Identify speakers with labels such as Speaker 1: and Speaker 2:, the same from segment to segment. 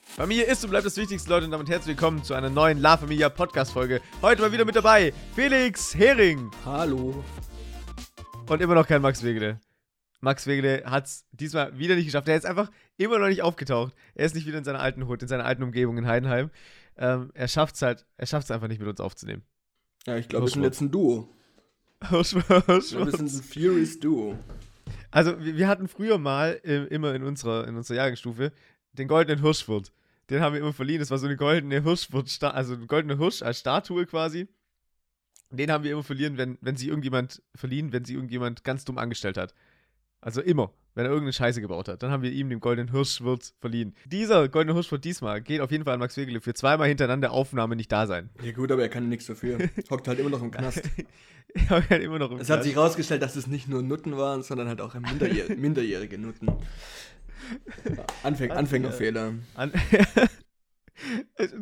Speaker 1: Familie ist und bleibt das Wichtigste, Leute, und damit herzlich willkommen zu einer neuen La Familia Podcast-Folge. Heute mal wieder mit dabei Felix Hering
Speaker 2: Hallo.
Speaker 1: und immer noch kein Max Wegele. Max Wegele hat es diesmal wieder nicht geschafft. Er ist einfach immer noch nicht aufgetaucht. Er ist nicht wieder in seiner alten Hut, in seiner alten Umgebung in Heidenheim. Ähm, er schafft es halt, er schafft es einfach nicht mit uns aufzunehmen.
Speaker 2: Ja, ich
Speaker 1: Hallo,
Speaker 2: glaube, wir sind
Speaker 1: Schwab.
Speaker 2: jetzt ein Duo. Ich glaub, Wir sind ein Furious Duo.
Speaker 1: Also, wir, wir hatten früher mal äh, immer in unserer, in unserer Jahrgangsstufe den goldenen Hirschwurt. Den haben wir immer verliehen. Das war so eine goldene Hirschwurt, also ein goldener Hirsch als Statue quasi. Den haben wir immer verliehen, wenn, wenn sie irgendjemand verliehen, wenn sie irgendjemand ganz dumm angestellt hat. Also immer, wenn er irgendeine Scheiße gebaut hat. Dann haben wir ihm den goldenen Hirschwurt verliehen. Dieser goldene Hirschwurt diesmal geht auf jeden Fall an Max Wegele für zweimal hintereinander Aufnahme nicht da sein.
Speaker 2: Ja gut, aber er kann nichts dafür. Hockt halt immer noch im Knast.
Speaker 1: Ich hab ihn immer noch im
Speaker 2: Es hat
Speaker 1: Knast.
Speaker 2: sich herausgestellt, dass es nicht nur Nutten waren, sondern halt auch minderjähr minderjährige Nutten. Anfäng Anfängerfehler.
Speaker 1: An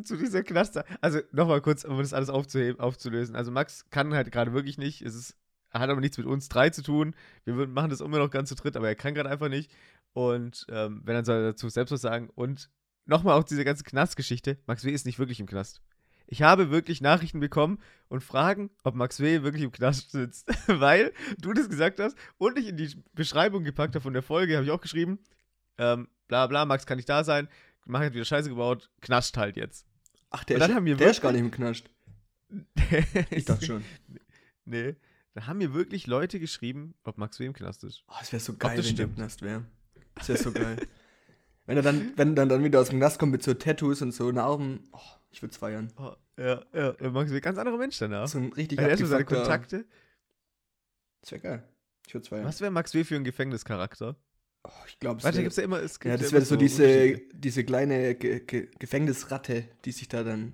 Speaker 1: zu dieser Knaster. Also nochmal kurz, um das alles aufzuheben, aufzulösen. Also Max kann halt gerade wirklich nicht. Es ist, er hat aber nichts mit uns drei zu tun. Wir würden- machen das immer noch ganz zu dritt, aber er kann gerade einfach nicht. Und ähm, wenn, dann soll er dazu selbst was sagen. Und nochmal auch diese ganze Knastgeschichte. Max W. ist nicht wirklich im Knast. Ich habe wirklich Nachrichten bekommen und Fragen, ob Max W. wirklich im Knast sitzt. Weil du das gesagt hast und ich in die Beschreibung gepackt habe von der Folge, habe ich auch geschrieben, ähm, bla bla, Max kann nicht da sein, Max hat wieder Scheiße gebaut, knascht halt jetzt.
Speaker 2: Ach, der,
Speaker 1: Und dann
Speaker 2: ist,
Speaker 1: haben wir
Speaker 2: der
Speaker 1: wirklich-
Speaker 2: ist gar nicht im Knast. Ich dachte schon.
Speaker 1: Nee. Da haben mir wirklich Leute geschrieben, ob Max W. im Knast ist.
Speaker 2: Oh, es wäre so geil,
Speaker 1: das
Speaker 2: wenn der im
Speaker 1: stimmt.
Speaker 2: Knast wäre. Das wäre so geil. wenn er dann, wenn er dann, dann wieder aus dem Knast kommt mit so Tattoos und so Narben. Oh, ich würde feiern.
Speaker 1: Oh, ja, ja. Und Max W. ganz anderer Mensch danach.
Speaker 2: So ein richtig
Speaker 1: Also erstmal seine
Speaker 2: abgefuckter-
Speaker 1: Kontakte.
Speaker 2: Das wäre geil. Ich würde feiern.
Speaker 1: Was wäre Max W. für ein Gefängnischarakter?
Speaker 2: Oh, ich glaube,
Speaker 1: Warte, gibt's ja immer. Es gibt
Speaker 2: Ja, das
Speaker 1: immer
Speaker 2: wäre so diese,
Speaker 1: Unterschiede.
Speaker 2: diese kleine Ge Ge Gefängnisratte, die sich da dann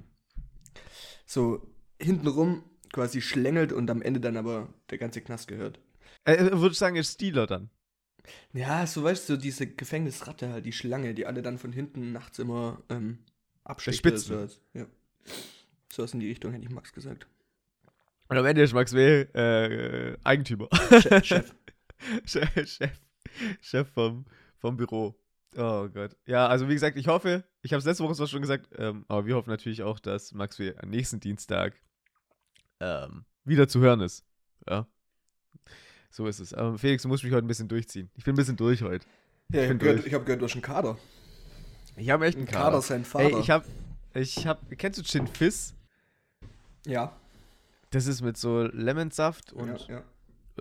Speaker 2: so hintenrum quasi schlängelt und am Ende dann aber der ganze Knast gehört.
Speaker 1: Äh, würde ich sagen, er ist Stealer dann.
Speaker 2: Ja, so weißt du, diese Gefängnisratte halt, die Schlange, die alle dann von hinten nachts immer ähm, absticht. oder
Speaker 1: Spitzen.
Speaker 2: sowas. Ja. Sowas in die Richtung hätte ich Max gesagt.
Speaker 1: Und am Ende ist Max W. Äh, Eigentümer.
Speaker 2: Che- Chef.
Speaker 1: Chef, Chef, Chef vom, vom Büro. Oh Gott. Ja, also wie gesagt, ich hoffe, ich habe es letzte Woche zwar schon gesagt, ähm, aber wir hoffen natürlich auch, dass Max W. am nächsten Dienstag ähm, wieder zu hören ist. Ja. So ist es. Ähm, Felix, du musst mich heute ein bisschen durchziehen. Ich bin ein bisschen durch heute.
Speaker 2: Ja, ich
Speaker 1: bin
Speaker 2: habe gehört,
Speaker 1: durch.
Speaker 2: ich hab gehört, du hast einen Kader.
Speaker 1: Ich habe echt
Speaker 2: Ein
Speaker 1: einen
Speaker 2: Kader,
Speaker 1: Kader.
Speaker 2: sein Vater.
Speaker 1: Ey, ich habe, ich habe, kennst du Chin Fizz?
Speaker 2: ja,
Speaker 1: Das ist mit so Lemonsaft und
Speaker 2: ja, ja.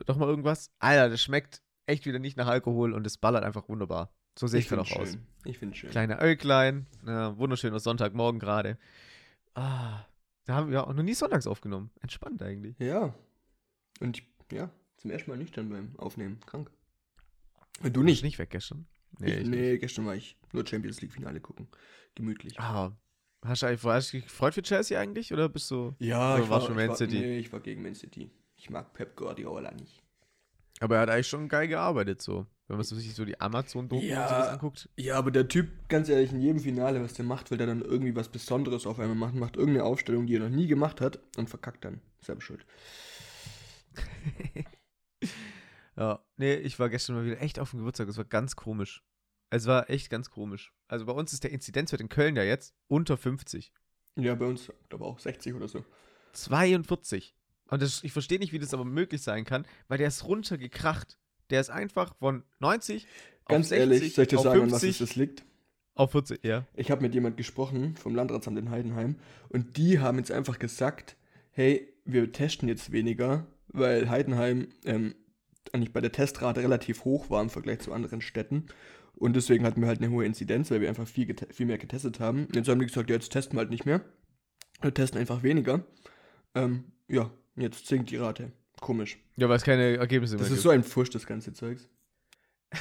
Speaker 1: noch mal irgendwas. Alter, das schmeckt echt wieder nicht nach Alkohol und es ballert einfach wunderbar. So sehe ich, dann
Speaker 2: find's
Speaker 1: auch aus.
Speaker 2: schön. Ich finde schön.
Speaker 1: Kleine Ölklein, ja, wunderschöner Sonntagmorgen gerade. Ah, da haben wir auch noch nie sonntags aufgenommen. Entspannt eigentlich.
Speaker 2: Ja. Und ich, ja, zum ersten Mal nüchtern beim Aufnehmen. Krank. Und du nicht?
Speaker 1: Nicht weg gestern.
Speaker 2: Nee, ich,
Speaker 1: ich
Speaker 2: nee
Speaker 1: nicht.
Speaker 2: gestern war ich nur Champions League Finale gucken. Gemütlich.
Speaker 1: Ah, hast du eigentlich hast du dich gefreut für Chelsea eigentlich oder bist du?
Speaker 2: Ja,
Speaker 1: Oder warst du Man
Speaker 2: Also, ich war,
Speaker 1: City?
Speaker 2: Nee, ich war gegen Man City. Ich mag Pep Guardiola nicht.
Speaker 1: Aber er hat eigentlich schon geil gearbeitet so. Wenn man so sich so die Amazon-Doku
Speaker 2: Ja.
Speaker 1: und sowas anguckt.
Speaker 2: Ja, aber der Typ, ganz ehrlich, in jedem Finale, was der macht, will der dann irgendwie was Besonderes auf einmal machen, macht irgendeine Aufstellung, die er noch nie gemacht hat und verkackt dann. Selber schuld.
Speaker 1: Ja, nee, ich war gestern mal wieder echt auf dem Geburtstag. Es war ganz komisch. Es war echt ganz komisch. Also bei uns ist der Inzidenzwert in Köln ja jetzt unter 50.
Speaker 2: Ja, bei uns, glaube auch 60 oder so.
Speaker 1: 42. Und das, ich verstehe nicht, wie das aber möglich sein kann, weil der ist runtergekracht. Der ist einfach von 90
Speaker 2: Ganz
Speaker 1: auf 60,
Speaker 2: ehrlich, soll ich dir
Speaker 1: auf
Speaker 2: sagen, an was
Speaker 1: 50,
Speaker 2: es das liegt?
Speaker 1: auf 40, ja.
Speaker 2: Ich habe mit jemand gesprochen vom Landratsamt in Heidenheim und die haben jetzt einfach gesagt, hey, wir testen jetzt weniger, weil Heidenheim ähm, eigentlich bei der Testrate relativ hoch war im Vergleich zu anderen Städten. Und deswegen hatten wir halt eine hohe Inzidenz, weil wir einfach viel, gete- viel mehr getestet haben. Jetzt haben die gesagt, ja, jetzt testen wir halt nicht mehr. Wir testen einfach weniger. Ähm, ja, jetzt sinkt die Rate. Komisch.
Speaker 1: Ja, weil es keine Ergebnisse
Speaker 2: Das
Speaker 1: mehr
Speaker 2: ist so ein Furcht, das ganze Zeugs.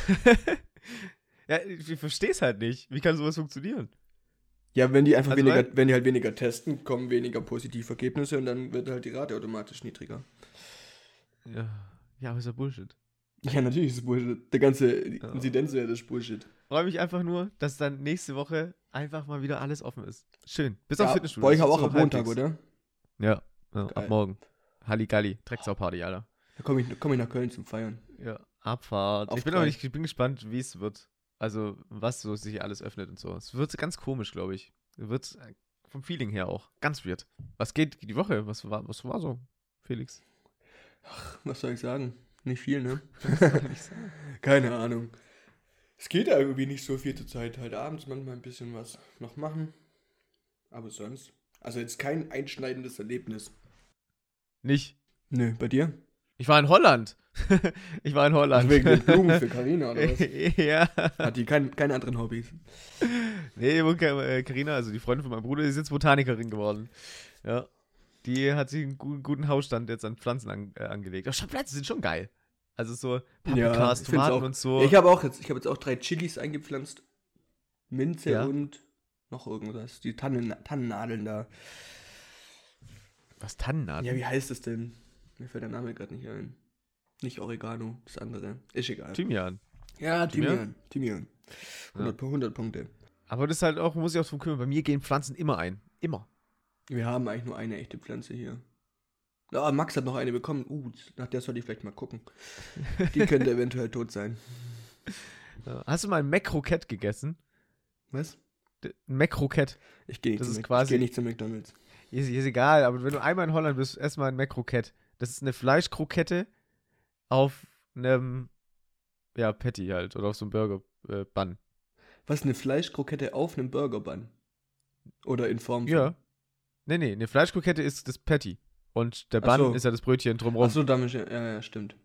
Speaker 1: gibt. ja, ich, ich verstehe es halt nicht. Wie kann sowas funktionieren?
Speaker 2: Ja, wenn die einfach
Speaker 1: Also
Speaker 2: weniger, wenn die halt weniger testen, kommen weniger positive Ergebnisse und dann wird halt die Rate automatisch niedriger.
Speaker 1: Ja, ja aber ist ja Bullshit.
Speaker 2: Ja, natürlich ist es Bullshit. Der ganze
Speaker 1: Ja.
Speaker 2: Inzidenzwert ist Bullshit.
Speaker 1: Freue mich einfach nur, dass dann nächste Woche einfach mal wieder alles offen ist. Schön. Bis aufs
Speaker 2: Ja,
Speaker 1: Fitnessstudio.
Speaker 2: Bei euch
Speaker 1: Das
Speaker 2: aber
Speaker 1: ist
Speaker 2: auch
Speaker 1: so
Speaker 2: am Montag,
Speaker 1: halbwegs.
Speaker 2: oder?
Speaker 1: Ja, ja
Speaker 2: Geil.
Speaker 1: ab morgen. Halligalli, Drecksau-Party, Alter.
Speaker 2: Da komme ich, da komm ich nach Köln zum Feiern.
Speaker 1: Ja, Abfahrt.
Speaker 2: Auf
Speaker 1: ich bin auch
Speaker 2: drei.
Speaker 1: nicht, ich bin gespannt, wie es wird. Also, was so sich alles öffnet und so. Es wird ganz komisch, glaube ich. Wird äh, vom Feeling her auch ganz weird. Was geht die Woche? Was war, was war so, Felix?
Speaker 2: Ach, was soll ich sagen? Nicht viel, ne? Keine Ahnung. Es geht ja irgendwie nicht so viel zur Zeit. Halt abends manchmal ein bisschen was noch machen. Aber sonst. Also jetzt kein einschneidendes Erlebnis.
Speaker 1: Nicht.
Speaker 2: Nö, bei dir?
Speaker 1: Ich war in Holland. ich war in Holland.
Speaker 2: Ach, wegen den Blumen für Karina oder was?
Speaker 1: ja.
Speaker 2: Hat die kein, keine anderen Hobbys?
Speaker 1: Nee, Karina, also die Freundin von meinem Bruder, ist jetzt Botanikerin geworden. Ja. Die hat sich einen gu- guten Hausstand jetzt an Pflanzen an, äh, angelegt. Oh, schon Pflanzen sind schon geil. Also so Paprikas,
Speaker 2: ich find's
Speaker 1: Tomaten
Speaker 2: auch.
Speaker 1: und so.
Speaker 2: Ich habe auch jetzt, ich habe jetzt auch drei Chilis eingepflanzt. Minze
Speaker 1: Ja.
Speaker 2: und noch irgendwas. Die Tannen, Tannennadeln da.
Speaker 1: Was Tannennadeln?
Speaker 2: Ja, wie heißt es denn? Mir fällt der Name gerade nicht ein. Nicht Oregano, das andere. Ist egal.
Speaker 1: Thymian.
Speaker 2: ja,
Speaker 1: Thymian?
Speaker 2: Thymian. Thymian. 100, Pu- 100 Punkte.
Speaker 1: Aber das ist halt auch, muss ich auch drum kümmern. Bei mir gehen Pflanzen immer ein. Immer.
Speaker 2: Wir haben eigentlich nur eine echte Pflanze hier. Ah, Max hat noch eine bekommen. Uh, nach der sollte ich vielleicht mal gucken. Die könnte eventuell tot sein.
Speaker 1: Ja. Hast du mal ein Mac-Kroket gegessen?
Speaker 2: Was?
Speaker 1: D- Ein Mac-Kroket.
Speaker 2: Ich gehe nicht,
Speaker 1: Das
Speaker 2: zu
Speaker 1: ist
Speaker 2: Mc- ich
Speaker 1: quasi-
Speaker 2: geh nicht zu McDonalds.
Speaker 1: Ist, ist egal, aber wenn du einmal in Holland bist, ess mal ein Mac-Kroket. Das ist eine Fleischkrokette auf einem, ja, Patty halt. Oder auf so einem äh, Burger-Bun.
Speaker 2: Was, eine Fleischkrokette auf einem Burgerbun? Oder in Form von...
Speaker 1: Ja. Nee, nee, eine Fleischkrokette ist das Patty. Und der
Speaker 2: Ach
Speaker 1: Bun
Speaker 2: so.
Speaker 1: ist ja das Brötchen drumrum.
Speaker 2: Achso, damit... Ja, ja, stimmt.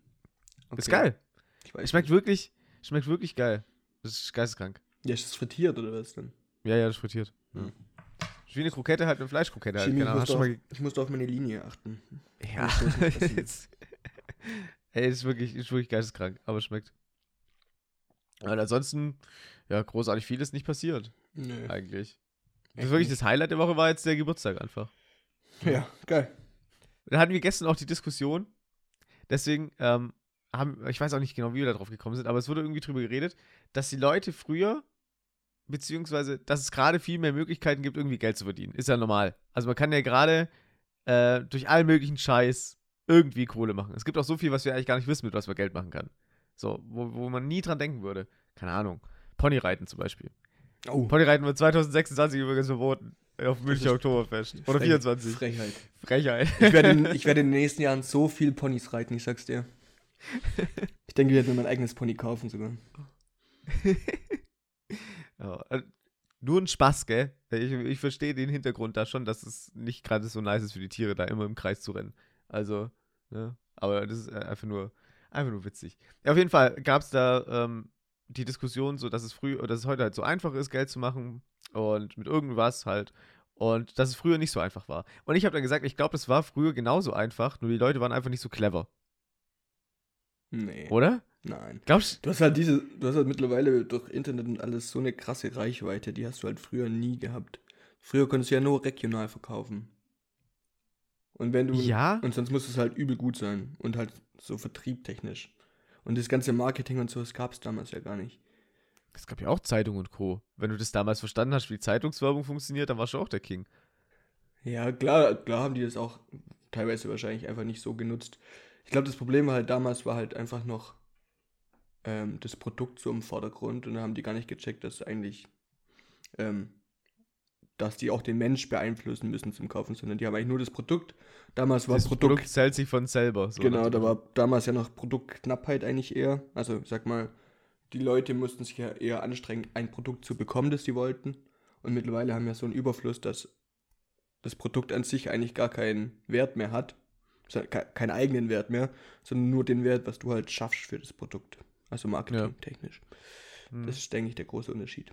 Speaker 1: Ist
Speaker 2: Okay.
Speaker 1: geil.
Speaker 2: Ich weiß
Speaker 1: Schmeckt wirklich, schmeckt wirklich geil. Das ist geisteskrank.
Speaker 2: Ja, ist das frittiert oder was denn?
Speaker 1: Ja, ja, das ist frittiert.
Speaker 2: Hm.
Speaker 1: Ist wie eine Krokette, halt eine Fleischkrokette. Halt.
Speaker 2: Jimmy,
Speaker 1: Genau,
Speaker 2: ich,
Speaker 1: hast
Speaker 2: musste
Speaker 1: du
Speaker 2: auf,
Speaker 1: mal ge-
Speaker 2: ich musste auf meine Linie achten.
Speaker 1: ja.
Speaker 2: ich muss das essen.
Speaker 1: Jetzt- Ey, ist wirklich, ist wirklich geisteskrank, aber schmeckt. Und ansonsten, ja, großartig viel ist nicht passiert,
Speaker 2: Nö.
Speaker 1: eigentlich. Das
Speaker 2: Echt
Speaker 1: ist wirklich
Speaker 2: nicht.
Speaker 1: das Highlight der Woche war jetzt der Geburtstag einfach.
Speaker 2: Ja, geil.
Speaker 1: Da hatten wir gestern auch die Diskussion. Deswegen ähm, haben, ich weiß auch nicht genau, wie wir darauf gekommen sind, aber es wurde irgendwie drüber geredet, dass die Leute früher, beziehungsweise, dass es gerade viel mehr Möglichkeiten gibt, irgendwie Geld zu verdienen. Ist ja normal. Also man kann ja gerade äh, durch allen möglichen Scheiß irgendwie Kohle machen. Es gibt auch so viel, was wir eigentlich gar nicht wissen, mit was man Geld machen kann. So, wo, wo man nie dran denken würde. Keine Ahnung. Ponyreiten zum Beispiel.
Speaker 2: Oh,
Speaker 1: Ponyreiten wird 2026 übrigens verboten. Auf dem Münchner
Speaker 2: ist
Speaker 1: Oktoberfest. Oder
Speaker 2: Frech-
Speaker 1: 24.
Speaker 2: Frechheit.
Speaker 1: Frechheit.
Speaker 2: Ich werde, in, ich werde in den nächsten Jahren so viel Ponys reiten, ich sag's dir. Ich denke, ich werde mir mein eigenes Pony kaufen sogar.
Speaker 1: Ja, äh, nur ein Spaß, gell? Ich, ich verstehe den Hintergrund da schon, dass es nicht gerade so nice ist für die Tiere, da immer im Kreis zu rennen. Also, ne? Aber das ist äh, einfach nur, einfach nur witzig. Ja, auf jeden Fall gab es da ähm, die Diskussion, so dass es früh, oder dass es heute halt so einfach ist, Geld zu machen und mit irgendwas halt. Und dass es früher nicht so einfach war. Und ich habe dann gesagt, ich glaube, das war früher genauso einfach, nur die Leute waren einfach nicht so clever,
Speaker 2: Nee.
Speaker 1: oder?
Speaker 2: Nein.
Speaker 1: Glaubst
Speaker 2: Du hast halt diese, du hast halt mittlerweile durch Internet und alles so eine krasse Reichweite, die hast du halt früher nie gehabt. Früher konntest du ja nur regional verkaufen. Und wenn
Speaker 1: du?
Speaker 2: du.
Speaker 1: Ja.
Speaker 2: Und sonst muss es halt übel gut sein. Und halt so vertriebtechnisch. Und das ganze Marketing und so, das gab's damals ja gar nicht.
Speaker 1: Es gab ja auch Zeitung und Co. Wenn du das damals verstanden hast, wie Zeitungswerbung funktioniert, dann warst du auch der King.
Speaker 2: Ja, klar, klar haben die das auch teilweise wahrscheinlich einfach nicht so genutzt. Ich glaube, das Problem war halt damals, war halt einfach noch ähm, das Produkt so im Vordergrund und da haben die gar nicht gecheckt, dass eigentlich, ähm, dass die auch den Mensch beeinflussen müssen zum Kaufen, sondern die haben eigentlich nur das Produkt. Damals war
Speaker 1: das
Speaker 2: Produkt,
Speaker 1: Produkt zählt sich von selber. So
Speaker 2: genau,
Speaker 1: nach dem
Speaker 2: da war damals ja noch Produktknappheit eigentlich eher. Also, ich sag mal, die Leute mussten sich ja eher anstrengen, ein Produkt zu bekommen, das sie wollten. Und mittlerweile haben wir so einen Überfluss, dass das Produkt an sich eigentlich gar keinen Wert mehr hat. Also ke- Keinen eigenen Wert mehr, sondern nur den Wert, was du halt schaffst für das Produkt. Also marketingtechnisch.
Speaker 1: Motto. Hm.
Speaker 2: Das ist, denke ich, der große Unterschied.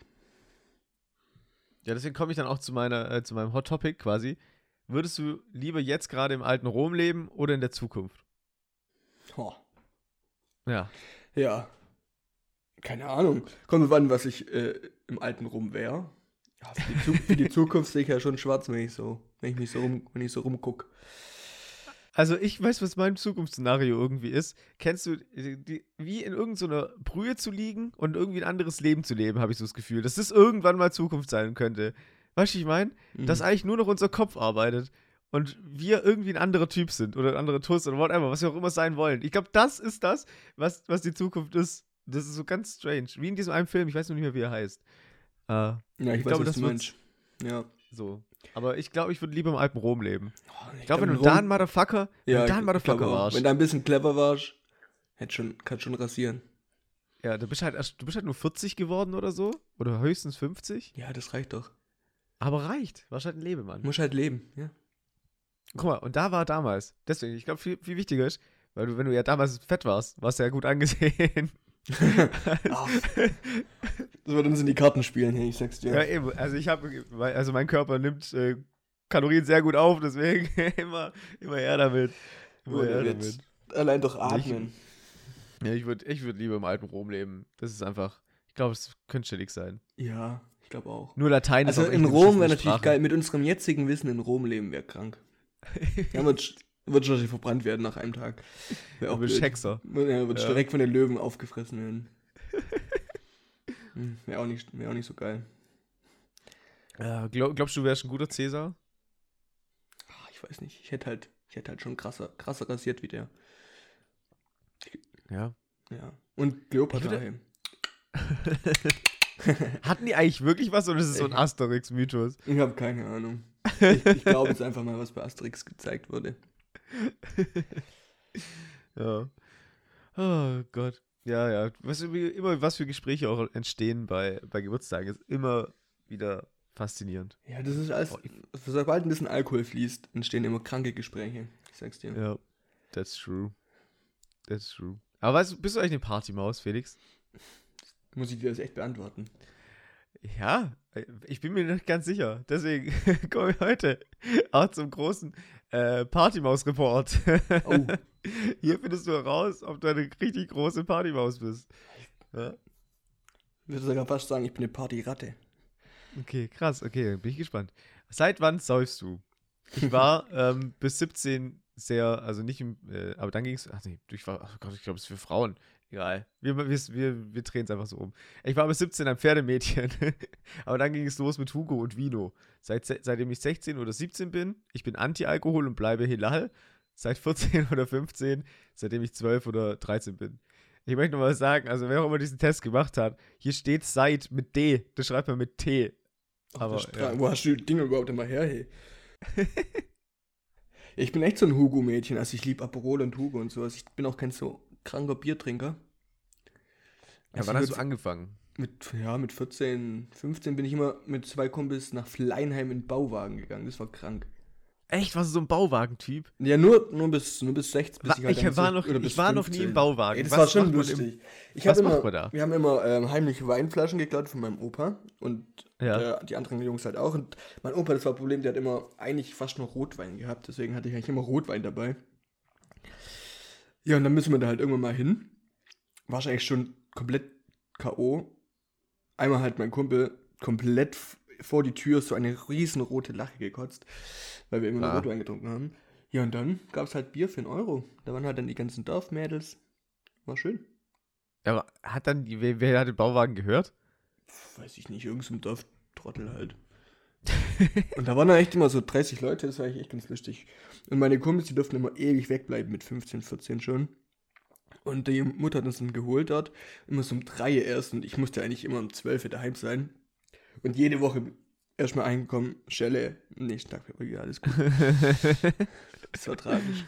Speaker 1: Ja, deswegen komme ich dann auch zu, meiner, äh, zu meinem Hot Topic quasi. Würdest du lieber jetzt gerade im alten Rom leben oder in der Zukunft?
Speaker 2: Ho.
Speaker 1: Ja.
Speaker 2: Ja. Keine Ahnung. Kommt drauf an, was ich äh, im Alten rum wäre. Ja, für, die Zu- für die Zukunft sehe ich ja schon schwarz, wenn ich so, wenn ich mich so rum, wenn ich so rumguck.
Speaker 1: Also ich weiß, was mein Zukunftsszenario irgendwie ist. Kennst du, äh, die, wie in irgendeiner Brühe zu liegen und irgendwie ein anderes Leben zu leben, habe ich so das Gefühl, dass das irgendwann mal Zukunft sein könnte. Weißt du, ich meine?
Speaker 2: Mhm.
Speaker 1: dass eigentlich nur noch unser Kopf arbeitet und wir irgendwie ein anderer Typ sind oder ein anderer Tuss oder whatever, was wir auch immer sein wollen. Ich glaube, das ist das, was, was die Zukunft ist. Das ist so ganz strange. Wie in diesem einen Film, ich weiß noch nicht mehr, wie er heißt. Äh, ja,
Speaker 2: ich, ich weiß, glaube, das Mensch. Ja.
Speaker 1: So. Aber ich glaube, ich würde lieber im alten Rom leben. Oh, ich, ich glaube, glaub, wenn du da ein Motherfucker, ja, da ein Motherfucker warst.
Speaker 2: Wenn du ein bisschen clever warst, hätte schon, kann schon rasieren.
Speaker 1: Ja, du bist, halt, du bist halt nur 40 geworden oder so. Oder höchstens 50.
Speaker 2: Ja, das reicht doch.
Speaker 1: Aber reicht. Warst halt ein Lebemann.
Speaker 2: Muss halt leben, ja.
Speaker 1: Guck mal, und da war damals, deswegen, ich glaube, viel, viel wichtiger ist, weil du, wenn du ja damals fett warst, warst du ja gut angesehen.
Speaker 2: oh. das wird uns in die Karten spielen, hey, ich sag's dir.
Speaker 1: Ja, eben. Also ich habe, also mein Körper nimmt äh, Kalorien sehr gut auf, deswegen immer, immer her damit. Immer her
Speaker 2: damit. Allein durch Atmen.
Speaker 1: Ich, ja, ich würde ich würd lieber im alten Rom leben. Das ist einfach, ich glaube, es könnte chillig sein.
Speaker 2: Ja, ich glaube auch.
Speaker 1: Nur Latein
Speaker 2: also ist Also in Rom wäre natürlich geil, mit unserem jetzigen Wissen in Rom leben wäre krank. ja, wird, wird wahrscheinlich verbrannt werden nach einem Tag.
Speaker 1: Wäre auch wird Hexer.
Speaker 2: Ja, wird ja. direkt von den Löwen aufgefressen werden. hm, wäre auch, nicht, wär auch nicht so geil.
Speaker 1: Äh, glaub, glaubst du, du wärst ein guter Cäsar?
Speaker 2: Ach, Ah, ich weiß nicht. Ich hätte halt, ich hätte halt schon krasser, krasser rasiert wie der.
Speaker 1: Ja.
Speaker 2: Ja. Und Cleopatra.
Speaker 1: Hatten die eigentlich wirklich was oder ist es so ein Asterix-Mythos?
Speaker 2: Ich habe keine Ahnung. Ich, ich glaube jetzt einfach mal, was bei Asterix gezeigt wurde.
Speaker 1: ja. Oh Gott. Ja, ja. Was, immer was für Gespräche auch entstehen bei, bei Geburtstagen ist immer wieder faszinierend.
Speaker 2: Ja, das ist alles. Sobald ein bisschen Alkohol fließt, entstehen immer kranke Gespräche. Ich sag's dir.
Speaker 1: Ja, that's true. That's true. Aber weißt, bist du eigentlich eine Partymaus, Felix?
Speaker 2: Muss ich dir das echt beantworten?
Speaker 1: Ja, äh, ich bin mir nicht ganz sicher. Deswegen kommen wir heute auch zum großen äh, Partymaus-Report. Oh. Hier findest du heraus, ob du eine richtig große Partymaus bist. Ja?
Speaker 2: Ich würde sogar fast sagen, ich bin eine Partyratte.
Speaker 1: Okay, krass. Okay, bin ich gespannt. Seit wann säufst du? Ich war ähm, bis 17 sehr, also nicht im, äh, aber dann ging es, ach nee, ich war, oh Gott, ich glaube, es ist für Frauen. Egal. Wir, wir, wir, wir drehen es einfach so um. Ich war bis 17 ein Pferdemädchen. aber dann ging es los mit Hugo und Vino. Seit, seitdem ich 16 oder 17 bin, ich bin Anti-Alkohol und bleibe Hilal. Seit 14 oder 15, seitdem ich 12 oder 13 bin. Ich möchte noch mal sagen, also wer auch immer diesen Test gemacht hat, hier steht seit mit D, das schreibt man mit T.
Speaker 2: Aber, Ach, ja. Wo hast du die Dinge überhaupt immer her, hey? Ich bin echt so ein Hugo-Mädchen. Also ich liebe Aperol und Hugo und sowas. Ich bin auch kein so kranker Biertrinker.
Speaker 1: Ja, also wann hast du angefangen?
Speaker 2: Mit, ja, mit 14, 15 bin ich immer mit zwei Kumpels nach Fleinheim in den Bauwagen gegangen. Das war krank.
Speaker 1: Echt? Warst du so ein Bauwagentyp?
Speaker 2: Ja, nur, nur bis, nur bis 16. Bis
Speaker 1: ich, halt ich war, noch, ich war 15. noch nie im Bauwagen. Ey,
Speaker 2: das was war schon lustig. Im, ich was
Speaker 1: macht
Speaker 2: immer,
Speaker 1: da?
Speaker 2: Wir haben immer ähm, heimlich Weinflaschen geklaut von meinem Opa und ja. äh, die anderen Jungs halt auch. Und mein Opa, das war ein Problem, der hat immer eigentlich fast nur Rotwein gehabt. Deswegen hatte ich eigentlich immer Rotwein dabei. Ja, und dann müssen wir da halt irgendwann mal hin. Wahrscheinlich schon komplett K.O. Einmal halt mein Kumpel komplett vor die Tür so eine riesenrote Lache gekotzt, weil wir immer ah. Rotwein getrunken haben. Ja, und dann gab es halt Bier für einen Euro. Da waren halt dann die ganzen Dorfmädels. War schön.
Speaker 1: Aber hat dann, wer, wer hat den Bauwagen gehört?
Speaker 2: Weiß ich nicht, irgendein Dorftrottel halt. und da waren dann echt immer so 30 Leute, das war echt ganz lustig. Und meine Kumpels, die durften immer ewig wegbleiben mit 15, 14 schon. Und die Mutter hat uns dann geholt dort, immer so um 3 erst und ich musste eigentlich immer um 12 daheim sein, und jede Woche erstmal eingekommen, Schelle, nächsten Tag, ja, alles gut. das war tragisch.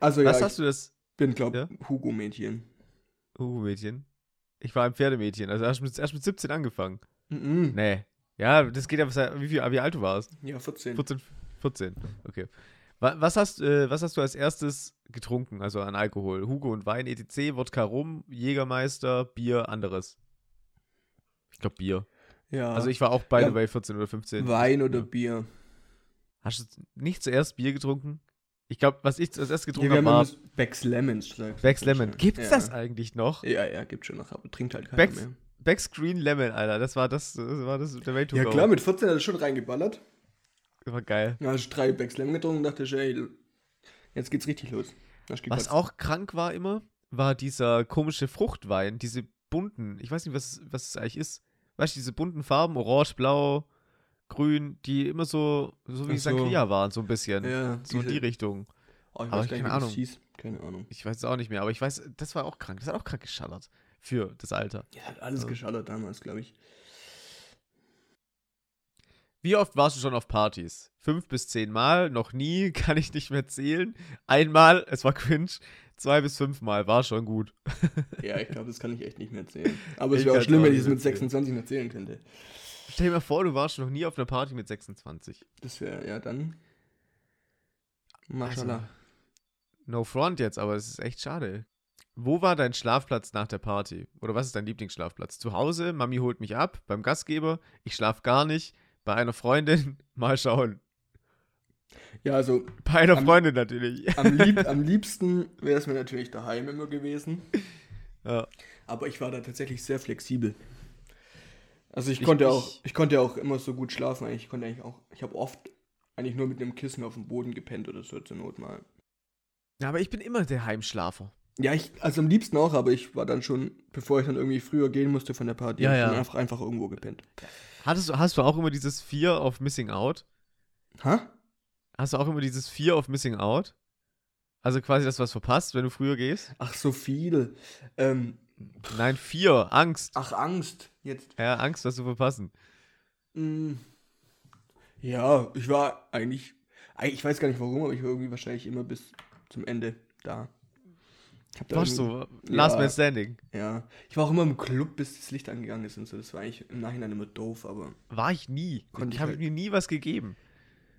Speaker 2: Also,
Speaker 1: Was
Speaker 2: ja,
Speaker 1: hast du das?
Speaker 2: bin, glaube ja? Hugo-Mädchen.
Speaker 1: Hugo-Mädchen? Ich war ein Pferdemädchen, also erst mit, erst mit 17 angefangen.
Speaker 2: Mm -mm.
Speaker 1: Nee. Ja, das geht ja, wie, viel, wie alt du warst?
Speaker 2: Ja, 14.
Speaker 1: 14, 14. okay. Was hast, äh, was hast du als erstes getrunken, also an Alkohol? Hugo und Wein, etc., Wodka rum, Jägermeister, Bier, anderes? Ich glaube Bier.
Speaker 2: Ja.
Speaker 1: Also ich war auch beide ja. bei 14 oder 15.
Speaker 2: Wein oder ja. Bier.
Speaker 1: Hast du nicht zuerst Bier getrunken? Ich glaube, was ich zuerst getrunken
Speaker 2: ja,
Speaker 1: habe, war
Speaker 2: Becks Lemon.
Speaker 1: Becks Lemon. Gibt's ja. das eigentlich noch?
Speaker 2: Ja, ja, gibt's schon noch, aber trinkt halt keiner
Speaker 1: Becks,
Speaker 2: mehr.
Speaker 1: Becks Green Lemon, Alter. Das war das, das war das der Way to
Speaker 2: Ja
Speaker 1: go.
Speaker 2: klar, mit 14 hat er schon reingeballert.
Speaker 1: Das war geil.
Speaker 2: Ja, hast drei Becks Lemon getrunken und dachte ich, ey, jetzt geht's richtig los.
Speaker 1: Was auch krank war immer, war dieser komische Fruchtwein, diese bunten, ich weiß nicht, was, was es eigentlich ist. Weißt du, diese bunten Farben, orange, blau, grün, die immer so, so wie so. Sangria waren, so ein bisschen.
Speaker 2: Ja,
Speaker 1: so in die Richtung.
Speaker 2: Oh, ich
Speaker 1: Aber
Speaker 2: weiß gar nicht,
Speaker 1: keine
Speaker 2: wie das
Speaker 1: Ahnung.
Speaker 2: hieß. Keine Ahnung.
Speaker 1: Ich weiß es auch nicht mehr, aber ich weiß, das war auch krank. Das hat auch krank geschallert. Für das Alter.
Speaker 2: Ja, hat alles
Speaker 1: Ja.
Speaker 2: geschallert damals, glaube ich.
Speaker 1: Wie oft warst du schon auf Partys? Fünf bis zehn Mal, noch nie, kann ich nicht mehr zählen. Einmal, es war cringe. Zwei bis fünf Mal, war schon gut.
Speaker 2: Ja, ich glaube, das kann ich echt nicht mehr erzählen. Aber es
Speaker 1: Ich
Speaker 2: wäre auch
Speaker 1: kann's
Speaker 2: schlimm,
Speaker 1: auch
Speaker 2: wenn ich
Speaker 1: nicht
Speaker 2: es mit
Speaker 1: erzählen.
Speaker 2: 26 noch erzählen könnte.
Speaker 1: Stell dir mal vor, du warst noch nie auf einer Party mit 26.
Speaker 2: Das wäre, ja, dann. Maschallah.
Speaker 1: Also, No front jetzt, aber es ist echt schade. Wo war dein Schlafplatz nach der Party? Oder was ist dein Lieblingsschlafplatz? Zu Hause, Mami holt mich ab, beim Gastgeber, ich schlaf gar nicht, bei einer Freundin, mal schauen.
Speaker 2: Ja, also
Speaker 1: Bei einer
Speaker 2: Am-
Speaker 1: Freundin natürlich.
Speaker 2: am, lieb, am liebsten wäre es mir natürlich daheim immer gewesen.
Speaker 1: Ja.
Speaker 2: Aber ich war da tatsächlich sehr flexibel. Also ich,
Speaker 1: Ich-
Speaker 2: konnte
Speaker 1: ich-
Speaker 2: auch, ich konnte auch immer so gut schlafen. eigentlich. Ich konnte eigentlich auch, ich habe oft eigentlich nur mit einem Kissen auf dem Boden gepennt oder so zur Not mal.
Speaker 1: ja, aber ich bin immer der Heimschlafer.
Speaker 2: Ja, ich, also am liebsten auch, aber ich war dann schon, bevor ich dann irgendwie früher gehen musste von der Party,
Speaker 1: Ja,
Speaker 2: hab ich
Speaker 1: ja.
Speaker 2: dann einfach, einfach irgendwo gepennt.
Speaker 1: Hattest, du- hast du auch immer dieses Fear of Missing Out?
Speaker 2: Ha?
Speaker 1: Hast du auch immer dieses Fear of Missing Out? Also quasi das, was verpasst, wenn du früher gehst?
Speaker 2: Ach, so viel. Ähm,
Speaker 1: Nein, Fear, Angst.
Speaker 2: ach, Angst. Jetzt.
Speaker 1: Ja, Angst, was zu verpassen.
Speaker 2: Mm. Ja, ich war eigentlich, eig- ich weiß gar nicht warum, aber ich war irgendwie wahrscheinlich immer bis zum Ende da. Ich hab da
Speaker 1: Warst
Speaker 2: irgendwie-
Speaker 1: du? Last
Speaker 2: ja.
Speaker 1: Man Standing.
Speaker 2: Ja. Ich war auch immer im Club, bis das Licht angegangen ist und so. Das war eigentlich im Nachhinein immer doof, aber.
Speaker 1: War ich nie.
Speaker 2: Konnte
Speaker 1: ich
Speaker 2: ich
Speaker 1: habe
Speaker 2: halt-
Speaker 1: mir nie was gegeben.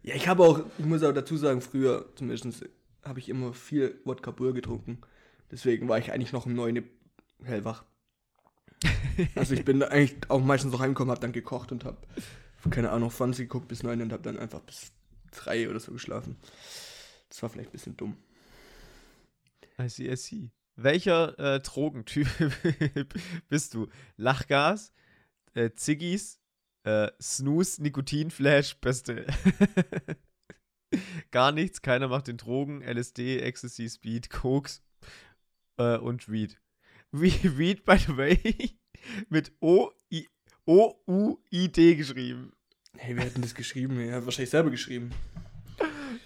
Speaker 2: Ja, ich habe auch, ich muss auch dazu sagen, früher zumindest habe ich immer viel Wodka Pur getrunken. Deswegen war ich eigentlich noch um neun hellwach. Also ich bin da eigentlich auch meistens noch heimgekommen, habe dann gekocht und habe, keine Ahnung, Fernsehen geguckt bis neun und habe dann einfach bis drei oder so geschlafen. Das war vielleicht ein bisschen dumm.
Speaker 1: I see, I see. Welcher äh, Drogentyp bist du? Lachgas, äh, Ziggis, äh, Snooze, Nikotinflash, Beste. Gar nichts, keiner macht den Drogen, LSD, Ecstasy, Speed, Koks äh, und Weed. Wie- Weed, by the way, mit O-I- O-U-I-D geschrieben.
Speaker 2: Hey, wer hat denn das geschrieben? Er hat wahrscheinlich selber geschrieben.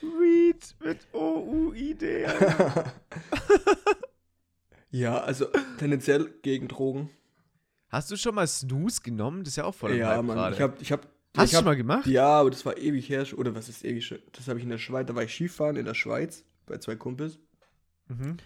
Speaker 1: Weed mit O-U-I-D. Alter.
Speaker 2: ja, also tendenziell gegen Drogen.
Speaker 1: Hast du schon mal Snooze genommen? Das ist ja auch voll im
Speaker 2: ja,
Speaker 1: Hype
Speaker 2: Mann,
Speaker 1: gerade.
Speaker 2: ich habe ich hab,
Speaker 1: Hast
Speaker 2: ich
Speaker 1: du
Speaker 2: hab
Speaker 1: schon mal gemacht?
Speaker 2: Ja, aber das war ewig her. schon- Oder was ist ewig? schon? Das habe ich in der Schweiz. Da war ich Skifahren in der Schweiz bei zwei Kumpels.
Speaker 1: Mhm.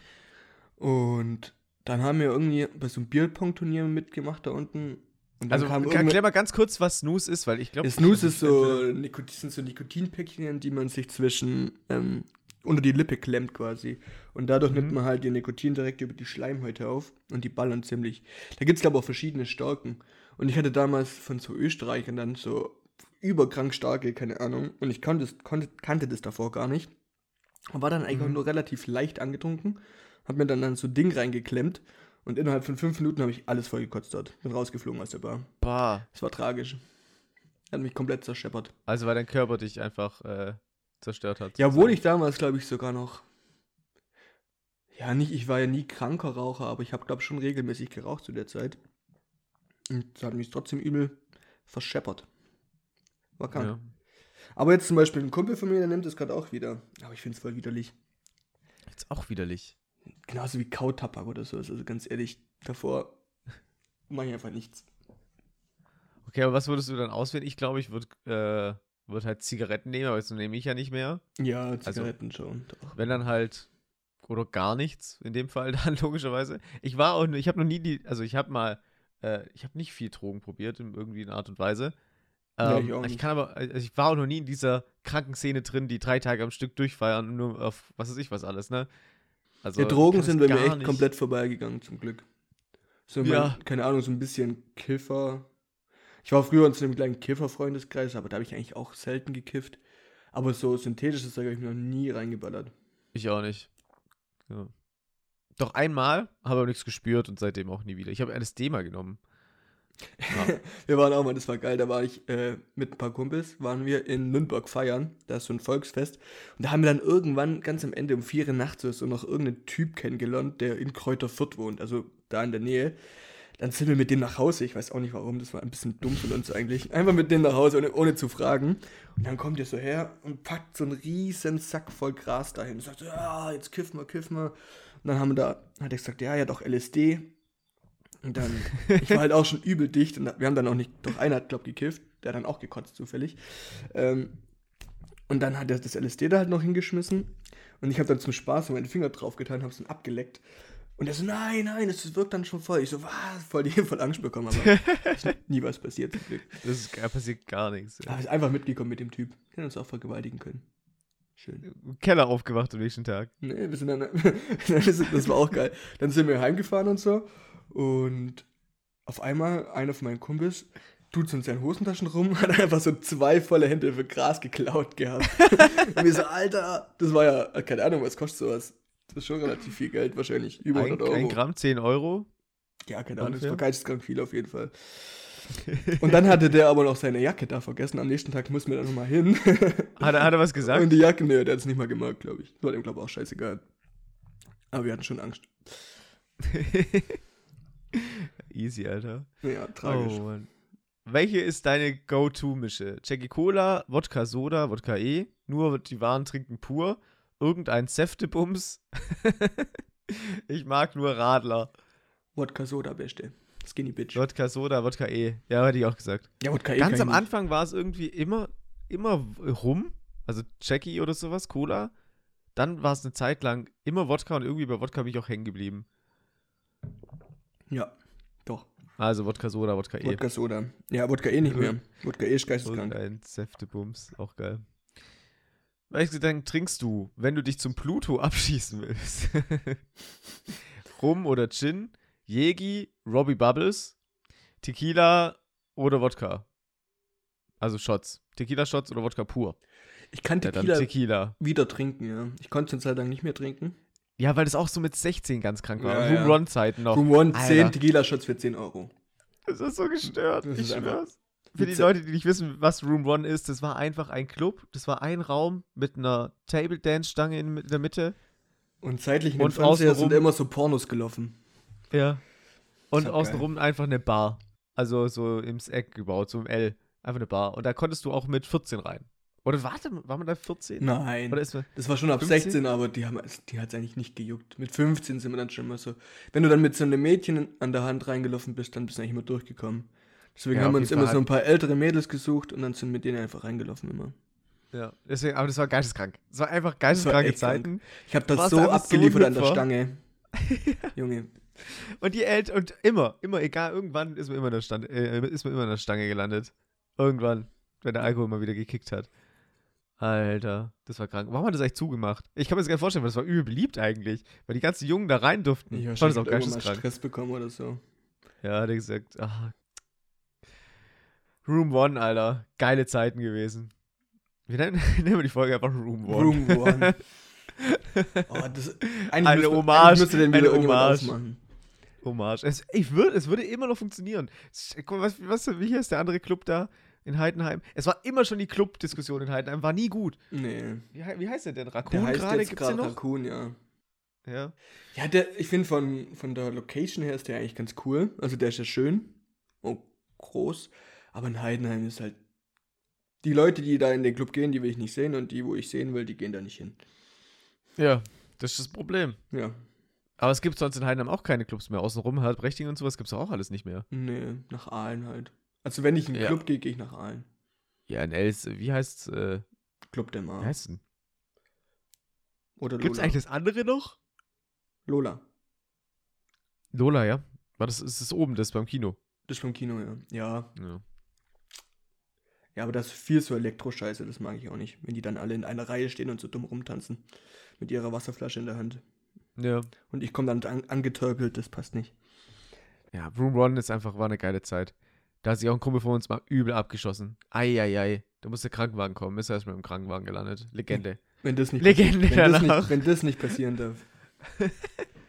Speaker 2: Und dann haben wir irgendwie bei so einem Bierpong-Turnier mitgemacht da unten. Und dann
Speaker 1: Also
Speaker 2: kam
Speaker 1: k- erklär
Speaker 2: irgendwann-
Speaker 1: mal ganz kurz, was Snooze ist, weil ich glaube.
Speaker 2: Snooze ist so, Nikot- sind so Nikotinpäckchen, die man sich zwischen ähm, unter die Lippe klemmt quasi. Und dadurch nimmt man halt den Nikotin direkt über die Schleimhäute auf und die ballern ziemlich. Da gibt es, glaube ich, auch verschiedene Starken. Und ich hatte damals von so Österreichern dann so überkrank starke, keine Ahnung. Und ich kannte, konnte, kannte das davor gar nicht. Und war dann eigentlich auch
Speaker 1: Mhm.
Speaker 2: nur relativ leicht angetrunken. Hab mir dann, dann so ein Ding reingeklemmt. Und innerhalb von fünf Minuten habe ich alles vollgekotzt dort. Bin rausgeflogen aus der Bar.
Speaker 1: Bah.
Speaker 2: Es war tragisch. Er hat mich komplett zerscheppert.
Speaker 1: Also, weil dein Körper dich einfach äh, zerstört hat.
Speaker 2: Ja, obwohl ich damals, glaube ich, sogar noch. Ja, nicht, ich war ja nie kranker Raucher, aber ich habe, glaube ich, schon regelmäßig geraucht zu der Zeit. Und das hat mich trotzdem übel verscheppert. War krank.
Speaker 1: Ja.
Speaker 2: Aber jetzt zum Beispiel ein Kumpel von mir, der nimmt das gerade auch wieder. Aber ich finde es voll widerlich.
Speaker 1: Ist auch widerlich.
Speaker 2: Genauso wie Kautabak oder so. Also ganz ehrlich, davor mache ich einfach nichts.
Speaker 1: Okay, aber was würdest du dann auswählen? Ich glaube, ich würde äh, würd halt Zigaretten nehmen, aber jetzt nehme ich ja nicht mehr.
Speaker 2: Ja, also Zigaretten schon. Doch.
Speaker 1: Wenn dann halt. Oder gar nichts, in dem Fall dann logischerweise. Ich war auch, nur- ich habe noch nie die, also ich habe mal, äh, ich habe nicht viel Drogen probiert, in irgendwie in Art und Weise.
Speaker 2: Ja,
Speaker 1: Ähm,
Speaker 2: ich auch
Speaker 1: ich,
Speaker 2: nicht.
Speaker 1: kann aber, also ich war auch noch nie in dieser kranken Szene drin, die drei Tage am Stück durchfeiern und nur auf was weiß ich was alles, ne? Also,
Speaker 2: ja,
Speaker 1: ich
Speaker 2: Drogen
Speaker 1: kann
Speaker 2: sind bei
Speaker 1: das
Speaker 2: mir
Speaker 1: gar
Speaker 2: echt
Speaker 1: nicht.
Speaker 2: komplett vorbeigegangen, zum Glück. So,
Speaker 1: Ja.
Speaker 2: mein, keine Ahnung, so ein bisschen Kiffer. Ich war früher in so einem kleinen Kiffer-Freundeskreis, aber da habe ich eigentlich auch selten gekifft. Aber so synthetisches Zeug habe ich mir noch nie reingeballert.
Speaker 1: Ich auch nicht. Ja. Doch einmal habe ich nichts gespürt und seitdem auch nie wieder. Ich habe LSD mal genommen. Ja.
Speaker 2: Wir waren auch mal, das war geil, da war ich äh, mit ein paar Kumpels, waren wir in Nürnberg feiern, da ist so ein Volksfest. Und da haben wir dann irgendwann, ganz am Ende, um vier Uhr nachts oder so, noch irgendeinen Typ kennengelernt, der in Kräuterfurt wohnt, also da in der Nähe. Dann sind wir mit dem nach Hause. Ich weiß auch nicht warum, das war ein bisschen dumm von uns eigentlich. Einfach mit dem nach Hause, ohne, ohne zu fragen. Und dann kommt er so her und packt so einen riesen Sack voll Gras dahin. Und sagt, ja, jetzt kiffen wir, kiffen wir. Und dann haben wir da, hat er gesagt, ja, ja, doch LSD. Und dann, ich war halt auch schon übel dicht. Und wir haben dann auch nicht, doch einer hat, glaub gekifft. Der hat dann auch gekotzt zufällig. Ähm, und dann hat er das LSD da halt noch hingeschmissen. Und ich habe dann zum Spaß meinen Finger drauf getan, habe es dann abgeleckt. Und er so, nein, nein, das wirkt dann schon voll. Ich so, was? Voll, die voll Angst bekommen, aber ist nie was passiert. Zum Glück.
Speaker 1: Das ist, da passiert gar nichts. Ja.
Speaker 2: Aber ist einfach mitgekommen mit dem Typ. Hätte uns auch vergewaltigen können. Schön.
Speaker 1: Im Keller aufgewacht am nächsten Tag.
Speaker 2: Nee, wir sind dann, dann ist- das war auch geil. Dann sind wir heimgefahren und so. Und auf einmal, einer von meinen Kumpels, tut so in seinen Hosentaschen rum, hat einfach so zwei volle Hände für Gras geklaut gehabt. und wir so, Alter, das war ja, keine Ahnung, was kostet sowas? Das ist schon relativ viel Geld, wahrscheinlich. Über 100
Speaker 1: Ein,
Speaker 2: Euro.
Speaker 1: ein Gramm, 10 Euro.
Speaker 2: Ja, keine Ahnung, das
Speaker 1: Ungefähr.
Speaker 2: war geisteskrank viel auf jeden Fall. Und dann hatte der aber noch seine Jacke da vergessen. Am nächsten Tag mussten wir dann nochmal hin.
Speaker 1: Hat er, hat er was
Speaker 2: Und
Speaker 1: gesagt?
Speaker 2: die Jacke, ne, der hat es nicht mal gemerkt, glaube ich. War dem, glaube ich, auch scheißegal. Aber wir hatten schon Angst.
Speaker 1: Easy, Alter.
Speaker 2: Ja, tragisch.
Speaker 1: Oh, Mann. Welche ist deine Go-To-Mische? Jackie Cola, Wodka Soda, Wodka E, nur die Waren trinken pur, irgendein Säftebums. ich mag nur Radler.
Speaker 2: Wodka Soda beste. Skinny Bitch.
Speaker 1: Wodka Soda, Wodka E. Ja, hätte ich auch gesagt.
Speaker 2: Ja, Wodka eh
Speaker 1: Ganz
Speaker 2: kann
Speaker 1: am
Speaker 2: ich nicht.
Speaker 1: Anfang war es irgendwie immer, immer rum, also Jackie oder sowas, Cola. Dann war es eine Zeit lang immer Wodka und irgendwie bei Wodka bin ich auch hängen geblieben.
Speaker 2: Ja, doch.
Speaker 1: Also Wodka Soda, Wodka E.
Speaker 2: Wodka Soda. Ja, Wodka eh nicht mehr. Wodka eh ist geisteskrank.
Speaker 1: Irgendein Säftebums, auch geil. Welches Getränk trinkst du, wenn du dich zum Pluto abschießen willst? Rum oder Gin, Jegi, Robbie Bubbles, Tequila oder Wodka? Also Shots. Tequila-Shots oder Wodka pur?
Speaker 2: Ich kann
Speaker 1: Ja, dann
Speaker 2: Tequila
Speaker 1: Tequila.
Speaker 2: wieder trinken, ja. Ich konnte es eine Zeit lang nicht mehr trinken.
Speaker 1: Ja, weil das auch so mit 16 ganz krank war.
Speaker 2: Ja,
Speaker 1: Ja,
Speaker 2: ja.
Speaker 1: Run-Zeiten noch.
Speaker 2: Room One,
Speaker 1: Alter.
Speaker 2: 10 Tequila-Shots für 10 Euro.
Speaker 1: Das ist so gestört.
Speaker 2: Das
Speaker 1: ich
Speaker 2: ist einfach-
Speaker 1: schwör's. Für die
Speaker 2: Witze.
Speaker 1: Leute, die nicht wissen, was Room One ist, das war einfach ein Club. Das war ein Raum mit einer Table Dance Stange in der Mitte.
Speaker 2: Und zeitlich in
Speaker 1: Und
Speaker 2: den Fernseher sind
Speaker 1: außenrum-
Speaker 2: immer so Pornos gelaufen.
Speaker 1: Ja.
Speaker 2: Ist
Speaker 1: Und
Speaker 2: ja
Speaker 1: außenrum einfach eine Bar. Also so ins Eck gebaut, so im L. Einfach eine Bar. Und da konntest du auch mit 14 rein. Oder warte, war man da 14?
Speaker 2: Nein.
Speaker 1: Oder ist man.
Speaker 2: Das war schon ab
Speaker 1: 15?
Speaker 2: 16, aber die, haben- die hat es eigentlich nicht gejuckt. Mit 15 sind wir dann schon immer so. Wenn du dann mit so einem Mädchen an der Hand reingelaufen bist, dann bist du eigentlich immer durchgekommen. Deswegen
Speaker 1: Ja,
Speaker 2: haben wir
Speaker 1: auf
Speaker 2: uns
Speaker 1: jeden
Speaker 2: immer
Speaker 1: Fall
Speaker 2: so ein paar ältere Mädels gesucht und dann sind mit denen einfach reingelaufen immer.
Speaker 1: Ja. Deswegen, aber das war geisteskrank. Das war einfach
Speaker 2: war
Speaker 1: geisteskranke
Speaker 2: echt krank.
Speaker 1: Zeiten.
Speaker 2: Ich habe das
Speaker 1: Warst
Speaker 2: so
Speaker 1: einfach so ein
Speaker 2: abgeliefert an der
Speaker 1: Hüpfer.
Speaker 2: Stange. Junge,
Speaker 1: Und die Eltern, und immer, immer, egal, irgendwann ist man immer in der, Stand, äh, ist man immer in der Stange gelandet. Irgendwann, wenn der Alkohol mal wieder gekickt hat. Alter, das war krank. Warum hat das eigentlich zugemacht? Ich kann mir das gar nicht vorstellen, weil das war übel beliebt eigentlich. Weil die ganzen Jungen da rein durften.
Speaker 2: ich
Speaker 1: Ich
Speaker 2: habe
Speaker 1: fand das auch
Speaker 2: irgendwann mal
Speaker 1: geisteskrank.
Speaker 2: Stress bekommen oder so.
Speaker 1: Ja, hat er gesagt, ah. Room One, Alter. Geile Zeiten gewesen. Wir nennen, nennen wir die Folge einfach Room One.
Speaker 2: Room One. oh, das, eigentlich
Speaker 1: Eine
Speaker 2: müsste-
Speaker 1: Hommage,
Speaker 2: eigentlich müsste den
Speaker 1: eine
Speaker 2: wieder irgendjemand
Speaker 1: Hommage.
Speaker 2: ausmachen.
Speaker 1: Hommage. Es, ich würd, es würde immer noch funktionieren. Es- Guck mal, was, was, wie heißt der andere Club da in Heidenheim? Es war immer schon die Club-Diskussion in Heidenheim, war nie gut.
Speaker 2: Nee.
Speaker 1: Wie, hei- wie heißt der denn? Raccoon
Speaker 2: Der heißt
Speaker 1: gerade?
Speaker 2: jetzt
Speaker 1: Gibt's den
Speaker 2: gerade
Speaker 1: noch?
Speaker 2: Raccoon, ja.
Speaker 1: Ja.
Speaker 2: Ja, der, ich finde von, von der Location her ist der eigentlich ganz cool. Also der ist ja schön und groß. Aber in Heidenheim ist halt. Die Leute, die da in den Club gehen, die will ich nicht sehen und die, wo ich sehen will, die gehen da nicht hin.
Speaker 1: ja, das ist das Problem.
Speaker 2: Ja.
Speaker 1: Aber es gibt sonst in Heidenheim auch keine Clubs mehr. Außenrum, Hartbrechting und sowas gibt es auch alles nicht mehr.
Speaker 2: Nee, nach Aalen halt. Also wenn ich in den
Speaker 1: Ja.
Speaker 2: Club gehe, gehe ich nach Aalen.
Speaker 1: Ja, in Els, wie heißt äh,
Speaker 2: Club der Mar.
Speaker 1: wie heißt denn?
Speaker 2: Oder
Speaker 1: Gibt es
Speaker 2: Lola.
Speaker 1: eigentlich das andere noch?
Speaker 2: Lola.
Speaker 1: Lola, ja. War das, ist das oben, das beim Kino.
Speaker 2: Das ist vom Kino, ja. Ja.
Speaker 1: Ja.
Speaker 2: Ja, aber das ist viel so Elektroscheiße, das mag ich auch nicht. Wenn die dann alle in einer Reihe stehen und so dumm rumtanzen. Mit ihrer Wasserflasche in der Hand.
Speaker 1: Ja,
Speaker 2: Und ich komme dann an, angetörpelt, das passt nicht.
Speaker 1: ja Room One ist einfach, war eine geile Zeit. Da hat sich auch ein Kumpel von uns mal übel abgeschossen. Eieiei. Da musste der Krankenwagen kommen. Ist erstmal im Krankenwagen gelandet. Legende.
Speaker 2: Wenn das nicht
Speaker 1: Legende
Speaker 2: Wenn das,
Speaker 1: danach.
Speaker 2: nicht, wenn das nicht passieren darf.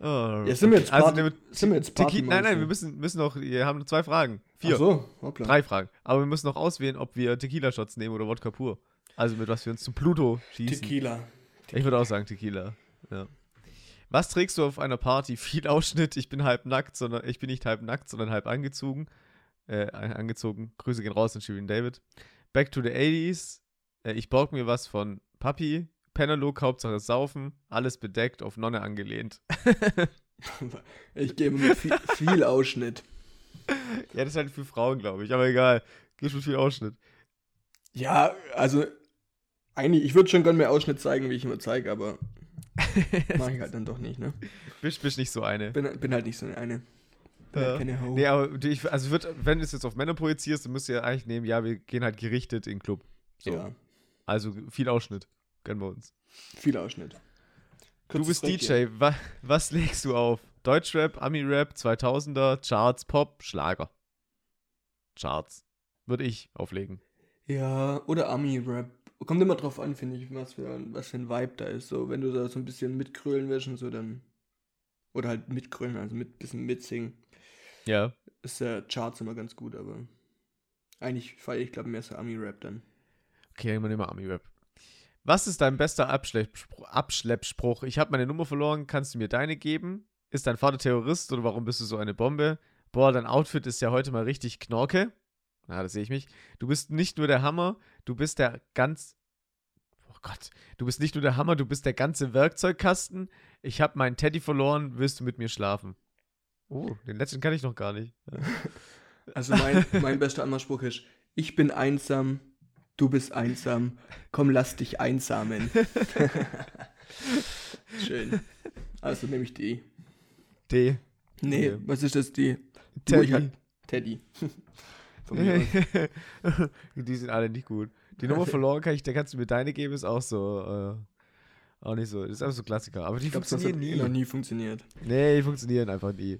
Speaker 1: Oh,
Speaker 2: Ja, sind wir
Speaker 1: okay.
Speaker 2: jetzt
Speaker 1: also,
Speaker 2: Party-
Speaker 1: damit-
Speaker 2: sind wir jetzt
Speaker 1: Tiki, nein, nein, wir
Speaker 2: müssen
Speaker 1: müssen, müssen noch, wir haben noch zwei Fragen. Vier,
Speaker 2: Ach so, hoppla.
Speaker 1: drei Fragen. Aber wir müssen noch auswählen, ob wir Tequila-Shots nehmen oder Wodka pur. Also mit was wir uns zum Pluto schießen.
Speaker 2: Tequila.
Speaker 1: Ich würde auch sagen Tequila. Ja. Was trägst du auf einer Party? Viel Ausschnitt, ich bin halb nackt, sondern ich bin nicht halb nackt, sondern halb angezogen. Äh, angezogen. Grüße gehen raus an Shirin David. Back to the 80s. Äh, ich borg mir was von Papi. Penalog, Hauptsache Saufen. Alles bedeckt, auf Nonne angelehnt.
Speaker 2: Ich gebe mir viel, viel Ausschnitt.
Speaker 1: ja, das ist halt für Frauen, glaube ich. Aber egal. Gibt schon viel Ausschnitt.
Speaker 2: Ja, also eigentlich, ich würde schon gerne mehr Ausschnitt zeigen, wie ich immer zeige, aber mache ich halt dann doch nicht, ne?
Speaker 1: Bisch, bisch nicht so eine.
Speaker 2: Bin, bin halt nicht so eine. Bin
Speaker 1: Ja.
Speaker 2: halt keine Ho.
Speaker 1: Nee, aber du- ich, also würd, wenn du es jetzt auf Männer projizierst, dann müsst ihr eigentlich nehmen, ja, wir gehen halt gerichtet in den Club. So.
Speaker 2: Ja,
Speaker 1: Also viel Ausschnitt. Gönnen wir uns.
Speaker 2: viel Ausschnitt.
Speaker 1: Du
Speaker 2: Kurzes
Speaker 1: bist
Speaker 2: Break
Speaker 1: DJ. Wa was legst du auf? Deutschrap, Ami-Rap, 2000er, Charts, Pop, Schlager. Charts. Würde ich auflegen.
Speaker 2: hier. Ja, oder Ami-Rap. Kommt immer drauf an, finde ich, was für, ein- was für ein Vibe da ist. So, wenn du da so ein bisschen mitkrölen wirst und so, dann. Oder halt mitkrölen, also mit bisschen mitsingen.
Speaker 1: Ja.
Speaker 2: Ist der Charts immer ganz gut, aber. Eigentlich feiere ich, glaube mehr so Ami-Rap dann.
Speaker 1: Okay, immer immer Ami-Rap. Was ist dein bester Abschleppspruch? Abschleppspruch? Ich habe meine Nummer verloren, kannst du mir deine geben? Ist dein Vater Terrorist oder warum bist du so eine Bombe? Boah, dein Outfit ist ja heute mal richtig Knorke. Ja, da sehe ich mich. Du bist nicht nur der Hammer, du bist der ganz. Oh Gott. Du bist nicht nur der Hammer, du bist der ganze Werkzeugkasten. Ich habe meinen Teddy verloren, willst du mit mir schlafen? Oh, den letzten kann ich noch gar nicht.
Speaker 2: Also mein, mein bester Anmachspruch ist, ich bin einsam, du bist einsam, komm lass dich einsamen. Schön. Also nehme ich die.
Speaker 1: D.
Speaker 2: Nee,
Speaker 1: Okay.
Speaker 2: was ist das die? Du, ich
Speaker 1: Teddy.
Speaker 2: halt- Teddy. Von mir aus.
Speaker 1: die sind alle nicht gut. Die Nummer verloren kann ich, da kannst du mir deine geben, ist auch so. Äh, auch nicht so. Das ist einfach so Klassiker. Aber die
Speaker 2: Ich glaube, das hat
Speaker 1: funktionieren
Speaker 2: nie. noch
Speaker 1: nie.
Speaker 2: nie funktioniert.
Speaker 1: Nee, die funktionieren einfach nie.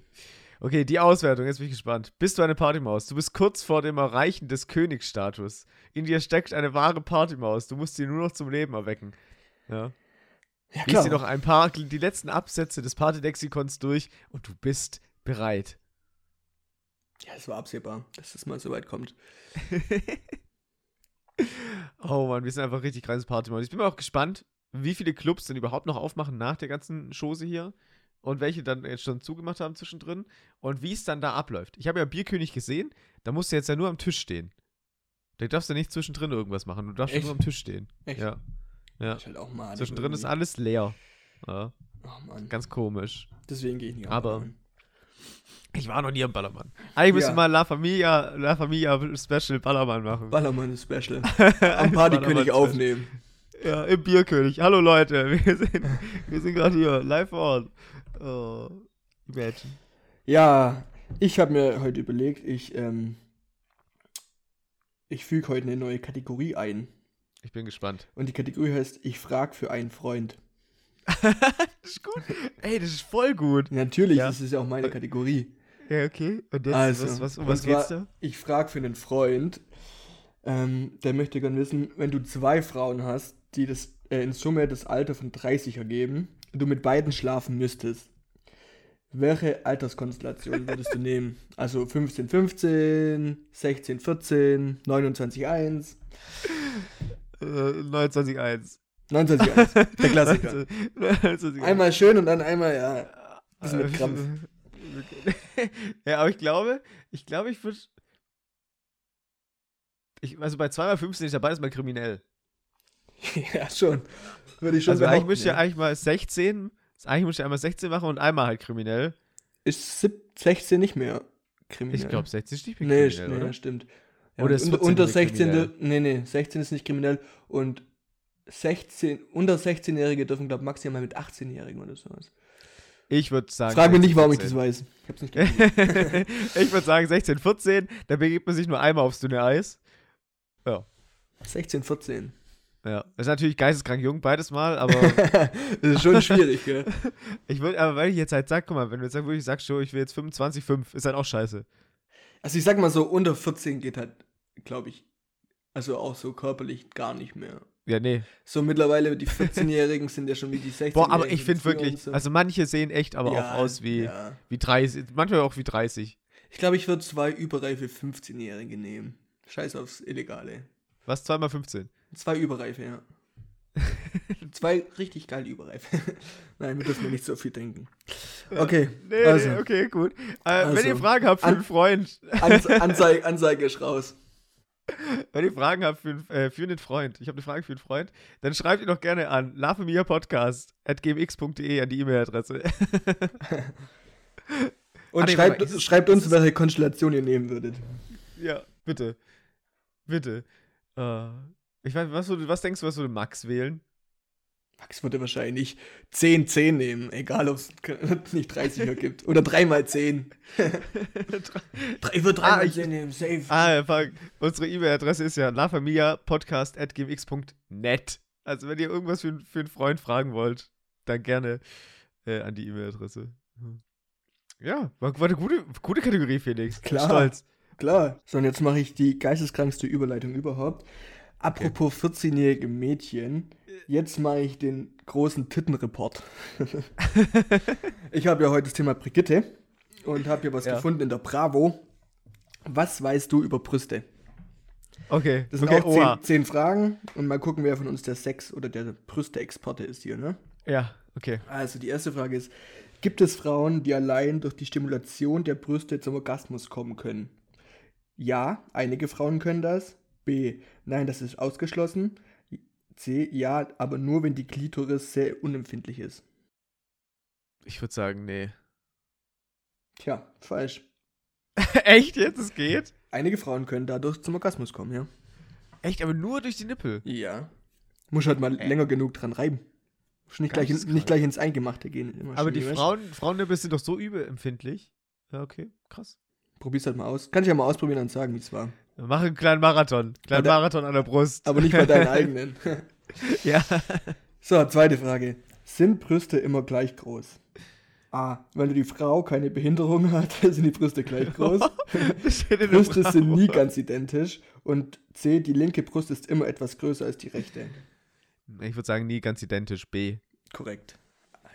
Speaker 1: Okay, die Auswertung, jetzt bin ich gespannt. Bist du eine Partymaus? Du bist kurz vor dem Erreichen des Königsstatus. In dir steckt eine wahre Partymaus. Du musst sie nur noch zum Leben erwecken. Ja.
Speaker 2: Ja,
Speaker 1: Lies dir noch ein paar, die letzten Absätze des Partylexikons durch und du bist bereit.
Speaker 2: Ja, es war absehbar, dass es mal so weit kommt.
Speaker 1: Oh Mann, wir sind einfach richtig krasses Partymaus. Ich bin mal auch gespannt, wie viele Clubs denn überhaupt noch aufmachen nach der ganzen Chose hier und welche dann jetzt schon zugemacht haben zwischendrin und wie es dann da abläuft. Ich habe ja Bierkönig gesehen, da musst du jetzt ja nur am Tisch stehen. Da darfst du nicht zwischendrin irgendwas machen, du darfst
Speaker 2: Echt?
Speaker 1: nur am Tisch stehen.
Speaker 2: Echt?
Speaker 1: Ja. Ja.
Speaker 2: Ist halt auch madig
Speaker 1: Zwischendrin ist
Speaker 2: irgendwie.
Speaker 1: alles leer. Ja,
Speaker 2: Oh Mann.
Speaker 1: ganz komisch.
Speaker 2: Deswegen gehe ich nicht auf
Speaker 1: Aber-
Speaker 2: Ballermann.
Speaker 1: Ich war noch nie am Ballermann. Eigentlich müssen wir
Speaker 2: Ja.
Speaker 1: mal La Familia, La Familia Special Ballermann machen.
Speaker 2: Ballermann ist special. Am Partykönig
Speaker 1: Ballermann-Special.
Speaker 2: aufnehmen.
Speaker 1: Ja, im Bierkönig. Hallo Leute, wir sind, wir sind gerade hier, live vor Ort. Oh, imagine.
Speaker 2: Ja, ich habe mir heute überlegt, ich, ähm, ich füge heute eine neue Kategorie ein.
Speaker 1: Ich bin gespannt.
Speaker 2: Und die Kategorie heißt, ich frag für einen Freund.
Speaker 1: Das ist gut. Ey, das ist voll gut.
Speaker 2: Natürlich,
Speaker 1: Ja. Äh,
Speaker 2: das ist ja auch meine Kategorie.
Speaker 1: Ja, okay. Und jetzt,
Speaker 2: Also,
Speaker 1: was, was, um
Speaker 2: und
Speaker 1: was geht's
Speaker 2: zwar,
Speaker 1: da?
Speaker 2: Ich frag für einen Freund, ähm, der möchte gern wissen, wenn du zwei Frauen hast, die das, äh, in Summe das Alter von 30 ergeben, und du mit beiden schlafen müsstest, welche Alterskonstellation würdest du nehmen? Also 15, 15, 16, 14, 29, 1.
Speaker 1: Äh, 29.1.
Speaker 2: 29 der Klassiker.
Speaker 1: 29.1.
Speaker 2: Einmal schön und dann einmal, ja. bisschen mit Krampf.
Speaker 1: Ah, ja, aber ich glaube, ich glaube, ich würde. Ich, also bei 2x15 ist ja beides mal kriminell.
Speaker 2: ja, schon. Würde ich schon
Speaker 1: also eigentlich
Speaker 2: behaupten.
Speaker 1: müsst ihr
Speaker 2: ja.
Speaker 1: eigentlich mal 16, eigentlich müsst ihr einmal 16 machen und einmal halt kriminell.
Speaker 2: Ist sieb- 16 nicht mehr kriminell?
Speaker 1: Ich glaube, 16 Stiefel
Speaker 2: Nee,
Speaker 1: kriminell,
Speaker 2: nee,
Speaker 1: oder?
Speaker 2: stimmt. Ja,
Speaker 1: Oder
Speaker 2: und
Speaker 1: ist 14
Speaker 2: unter, unter
Speaker 1: nicht
Speaker 2: 16.
Speaker 1: kriminell?
Speaker 2: Nee, nee, 16 ist nicht kriminell. Und 16, unter 16-Jährige dürfen, glaube ich, maximal mit 18-Jährigen oder sowas.
Speaker 1: Ich würde sagen.
Speaker 2: Frag mich nicht, warum ich das
Speaker 1: 16,
Speaker 2: weiß. Ich hab's nicht gelesen.
Speaker 1: 14. ich würde sagen 16, 14. Da begibt man sich nur einmal aufs dünne Eis.
Speaker 2: 16, 14.
Speaker 1: Ja. Das ist natürlich geisteskrank jung, beides Mal, aber
Speaker 2: das ist schon schwierig, gell?
Speaker 1: ich würde, aber weil ich jetzt halt sag, guck mal, wenn du jetzt sagst, ich sag schon, ich will jetzt 25, 5, ist halt auch scheiße.
Speaker 2: Also ich sag mal so, unter 14 geht halt, glaube ich, also auch so körperlich gar nicht mehr.
Speaker 1: Ja, nee.
Speaker 2: So mittlerweile, die 14-Jährigen sind ja schon wie die 16-Jährigen.
Speaker 1: Boah, aber ich finde
Speaker 2: früher und
Speaker 1: wirklich,
Speaker 2: so.
Speaker 1: also manche sehen echt aber
Speaker 2: Ja,
Speaker 1: auch aus wie,
Speaker 2: Ja.
Speaker 1: wie 30, manchmal auch wie 30.
Speaker 2: Ich glaube, ich würde zwei überreife 15-Jährige nehmen. Scheiß aufs Illegale.
Speaker 1: Was, 2 mal 15?
Speaker 2: Zwei überreife, ja. Zwei richtig geile Überreife. Nein, wir dürfen ja nicht so viel denken. Okay,
Speaker 1: Nee,
Speaker 2: also.
Speaker 1: nee, okay, gut. Äh, wenn
Speaker 2: Also.
Speaker 1: ihr Fragen habt für
Speaker 2: An-
Speaker 1: einen Freund,
Speaker 2: Anze Anzeige, Anzeige ist raus.
Speaker 1: wenn ihr Fragen habt für, einen- äh, für einen Freund, ich habe eine Frage für einen Freund, dann schreibt ihr doch gerne an lafemiapodcast.gmx.de an die E-Mail-Adresse.
Speaker 2: Und
Speaker 1: Ah, nee, warte
Speaker 2: schreibt,
Speaker 1: mal, ist-
Speaker 2: schreibt uns,
Speaker 1: ist-
Speaker 2: welche Konstellation ihr nehmen würdet.
Speaker 1: ja, bitte. Bitte. Äh, ich weiß, was, würde, was denkst du, was würde Max wählen?
Speaker 2: Max würde wahrscheinlich 10, 10 nehmen, egal ob es nicht 30er gibt. Oder 3 mal 10. Ich würde 3
Speaker 1: Ah,
Speaker 2: mal
Speaker 1: ich-
Speaker 2: 10 nehmen, safe.
Speaker 1: Ah, fuck. Unsere E-Mail-Adresse ist ja lafamiapodcast.gmx.net. Also, wenn ihr irgendwas für, für einen Freund fragen wollt, dann gerne äh, an die E-Mail-Adresse. Hm. Ja, war, war eine gute, gute Kategorie, Felix.
Speaker 2: Klar.
Speaker 1: Stolz.
Speaker 2: Klar. So, und jetzt mache ich die geisteskrankste Überleitung überhaupt. Apropos 14-jährige Mädchen, jetzt mache ich den großen Tittenreport. ich habe ja heute das Thema Brigitte und habe hier was
Speaker 1: Ja.
Speaker 2: gefunden in der Bravo. Was weißt du über Brüste?
Speaker 1: Okay,
Speaker 2: Das sind
Speaker 1: okay,
Speaker 2: auch 10, 10 Fragen und mal gucken, wer von uns der Sex- oder der Brüste-Experte ist hier, ne?
Speaker 1: Ja, okay.
Speaker 2: Also die erste Frage ist, gibt es Frauen, die allein durch die Stimulation der Brüste zum Orgasmus kommen können? Ja, einige Frauen können das. B, nein, das ist ausgeschlossen. C, ja, aber nur wenn die Klitoris sehr unempfindlich ist.
Speaker 1: Ich würde sagen, nee.
Speaker 2: Tja, falsch.
Speaker 1: Echt jetzt? Es geht?
Speaker 2: Einige Frauen können dadurch zum Orgasmus kommen, ja.
Speaker 1: Echt, aber nur durch die Nippel.
Speaker 2: Ja. Muss halt mal
Speaker 1: Äh.
Speaker 2: länger genug dran reiben. Muss Nicht gleich, in,
Speaker 1: Geisteskrank.
Speaker 2: nicht gleich ins Eingemachte gehen. immer
Speaker 1: Aber
Speaker 2: schön,
Speaker 1: die
Speaker 2: weißt du?
Speaker 1: Frauen, Frauennippel sind doch so übelempfindlich. Ja, okay, krass.
Speaker 2: Probier's halt mal aus. Kann ich ja mal ausprobieren und sagen, wie es war.
Speaker 1: Mach einen kleinen Marathon. Kleinen
Speaker 2: der-
Speaker 1: Marathon an der Brust.
Speaker 2: Aber nicht bei deinen eigenen.
Speaker 1: ja.
Speaker 2: So, zweite Frage. Sind Brüste immer gleich groß? A. Weil du die Frau keine Behinderung hat, sind die Brüste gleich groß.
Speaker 1: Das steht in der
Speaker 2: Brüste sind
Speaker 1: Bravo.
Speaker 2: nie ganz identisch. Und C. Die linke Brust ist immer etwas größer als die rechte.
Speaker 1: Ich würde sagen, nie ganz identisch. B.
Speaker 2: Korrekt.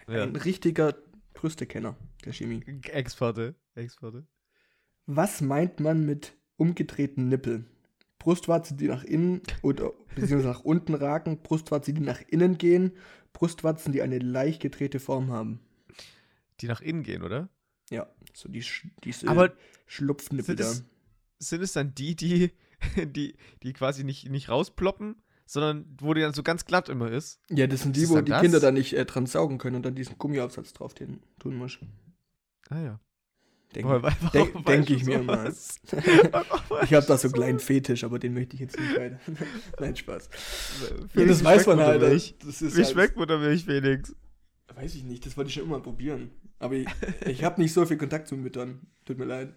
Speaker 1: Ja.
Speaker 2: Ein richtiger Brüstekenner, der Chemie.
Speaker 1: Exporte. Exporte.
Speaker 2: Was meint man mit umgedrehten Nippel? Brustwarze, die nach innen oder beziehungsweise nach unten ragen, Brustwarze, die nach innen gehen, Brustwarzen, die eine leicht gedrehte Form haben.
Speaker 1: Die nach innen gehen, oder?
Speaker 2: Ja, so die, Sch- diese
Speaker 1: Aber
Speaker 2: Schlupfnippel
Speaker 1: sind
Speaker 2: da.
Speaker 1: es, sind es dann die, die, die, die quasi nicht, nicht rausploppen, sondern wo die dann so ganz glatt immer ist?
Speaker 2: Ja, das sind
Speaker 1: Was
Speaker 2: die,
Speaker 1: ist
Speaker 2: wo
Speaker 1: denn
Speaker 2: die
Speaker 1: das?
Speaker 2: Kinder da nicht äh, dran saugen können und dann diesen Gummiaufsatz drauf den tun musst.
Speaker 1: Ah ja. Woher-
Speaker 2: Denke
Speaker 1: warum
Speaker 2: denk-
Speaker 1: weißt
Speaker 2: denk
Speaker 1: du
Speaker 2: ich mir mal.
Speaker 1: sowas?
Speaker 2: ich. Ich habe da so einen kleinen Fetisch, aber den möchte ich jetzt nicht weiter. Nein, Spaß. Ja,
Speaker 1: Felix,
Speaker 2: das
Speaker 1: wie
Speaker 2: weiß
Speaker 1: schmeckt
Speaker 2: man halt.
Speaker 1: Muttermilch?
Speaker 2: Das ist
Speaker 1: Wie
Speaker 2: halt-
Speaker 1: schmeckt Muttermilch, Felix?
Speaker 2: Weiß ich nicht, das wollte ich schon immer probieren. Aber ich, ich habe nicht so viel Kontakt zu Müttern. Tut mir leid.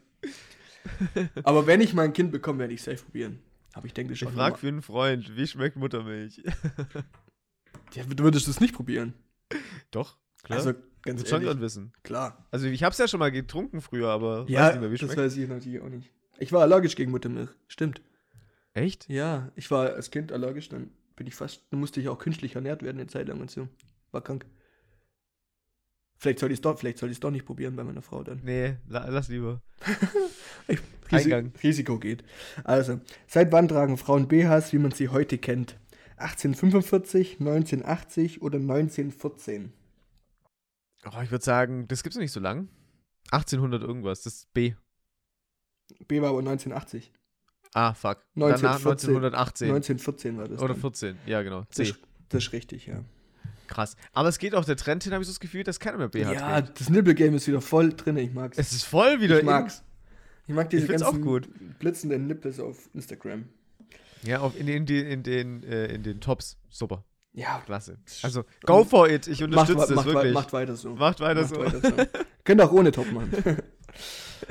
Speaker 2: Aber wenn ich mal ein Kind bekomme, werde ich safe probieren. Aber ich denke
Speaker 1: Ich
Speaker 2: schon.
Speaker 1: frag für einen Freund, wie schmeckt Muttermilch?
Speaker 2: ja, du würdest das nicht probieren.
Speaker 1: Doch, klar.
Speaker 2: Also
Speaker 1: Also,
Speaker 2: ganz
Speaker 1: schon
Speaker 2: ehrlich,
Speaker 1: gern wissen.
Speaker 2: klar.
Speaker 1: Also ich hab's ja schon mal getrunken früher, aber
Speaker 2: Ja,
Speaker 1: weiß nicht mehr, wie
Speaker 2: das
Speaker 1: schmeckt.
Speaker 2: weiß ich natürlich auch nicht. Ich war allergisch gegen Muttermilch. Stimmt.
Speaker 1: Echt?
Speaker 2: Ja, ich war als Kind allergisch, dann bin ich fast, dann musste ich auch künstlich ernährt werden eine Zeit lang und so. War krank. Vielleicht sollte ich es doch, vielleicht sollte ich es doch nicht probieren bei meiner Frau dann.
Speaker 1: Nee, la lass lieber. Eingang.
Speaker 2: Risiko geht. Also, seit wann tragen Frauen BHs, wie man sie heute kennt? 1845, 1980 oder 1914?
Speaker 1: Oh, ich würde sagen, das gibt's noch nicht so lang. 1800 irgendwas, das ist B.
Speaker 2: B war aber 1980.
Speaker 1: Ah, fuck.
Speaker 2: 1914.
Speaker 1: Danach 1918
Speaker 2: 1914 war das.
Speaker 1: oder
Speaker 2: dann.
Speaker 1: 14, ja genau.
Speaker 2: das,
Speaker 1: C.
Speaker 2: ist- das ist richtig, ja.
Speaker 1: Krass. Aber es geht auch der Trend hin, habe ich so das Gefühl, dass keiner mehr B hat.
Speaker 2: ja, das Nippelgame ist wieder voll drin, ich mag's.
Speaker 1: Es ist voll wieder
Speaker 2: ich mag's. Ich mag diese
Speaker 1: Ich find's auch
Speaker 2: ganzen
Speaker 1: gut.
Speaker 2: blitzenden Nippes auf Instagram.
Speaker 1: In, ja, auf, in, den- in, den- in, den, äh, in den Tops. Super,
Speaker 2: Ja,
Speaker 1: klasse. Also, go for it. Ich
Speaker 2: macht,
Speaker 1: unterstütze
Speaker 2: macht,
Speaker 1: das
Speaker 2: macht,
Speaker 1: wirklich.
Speaker 2: macht weiter so.
Speaker 1: Macht weiter so.
Speaker 2: so. Könnt auch ohne Top machen.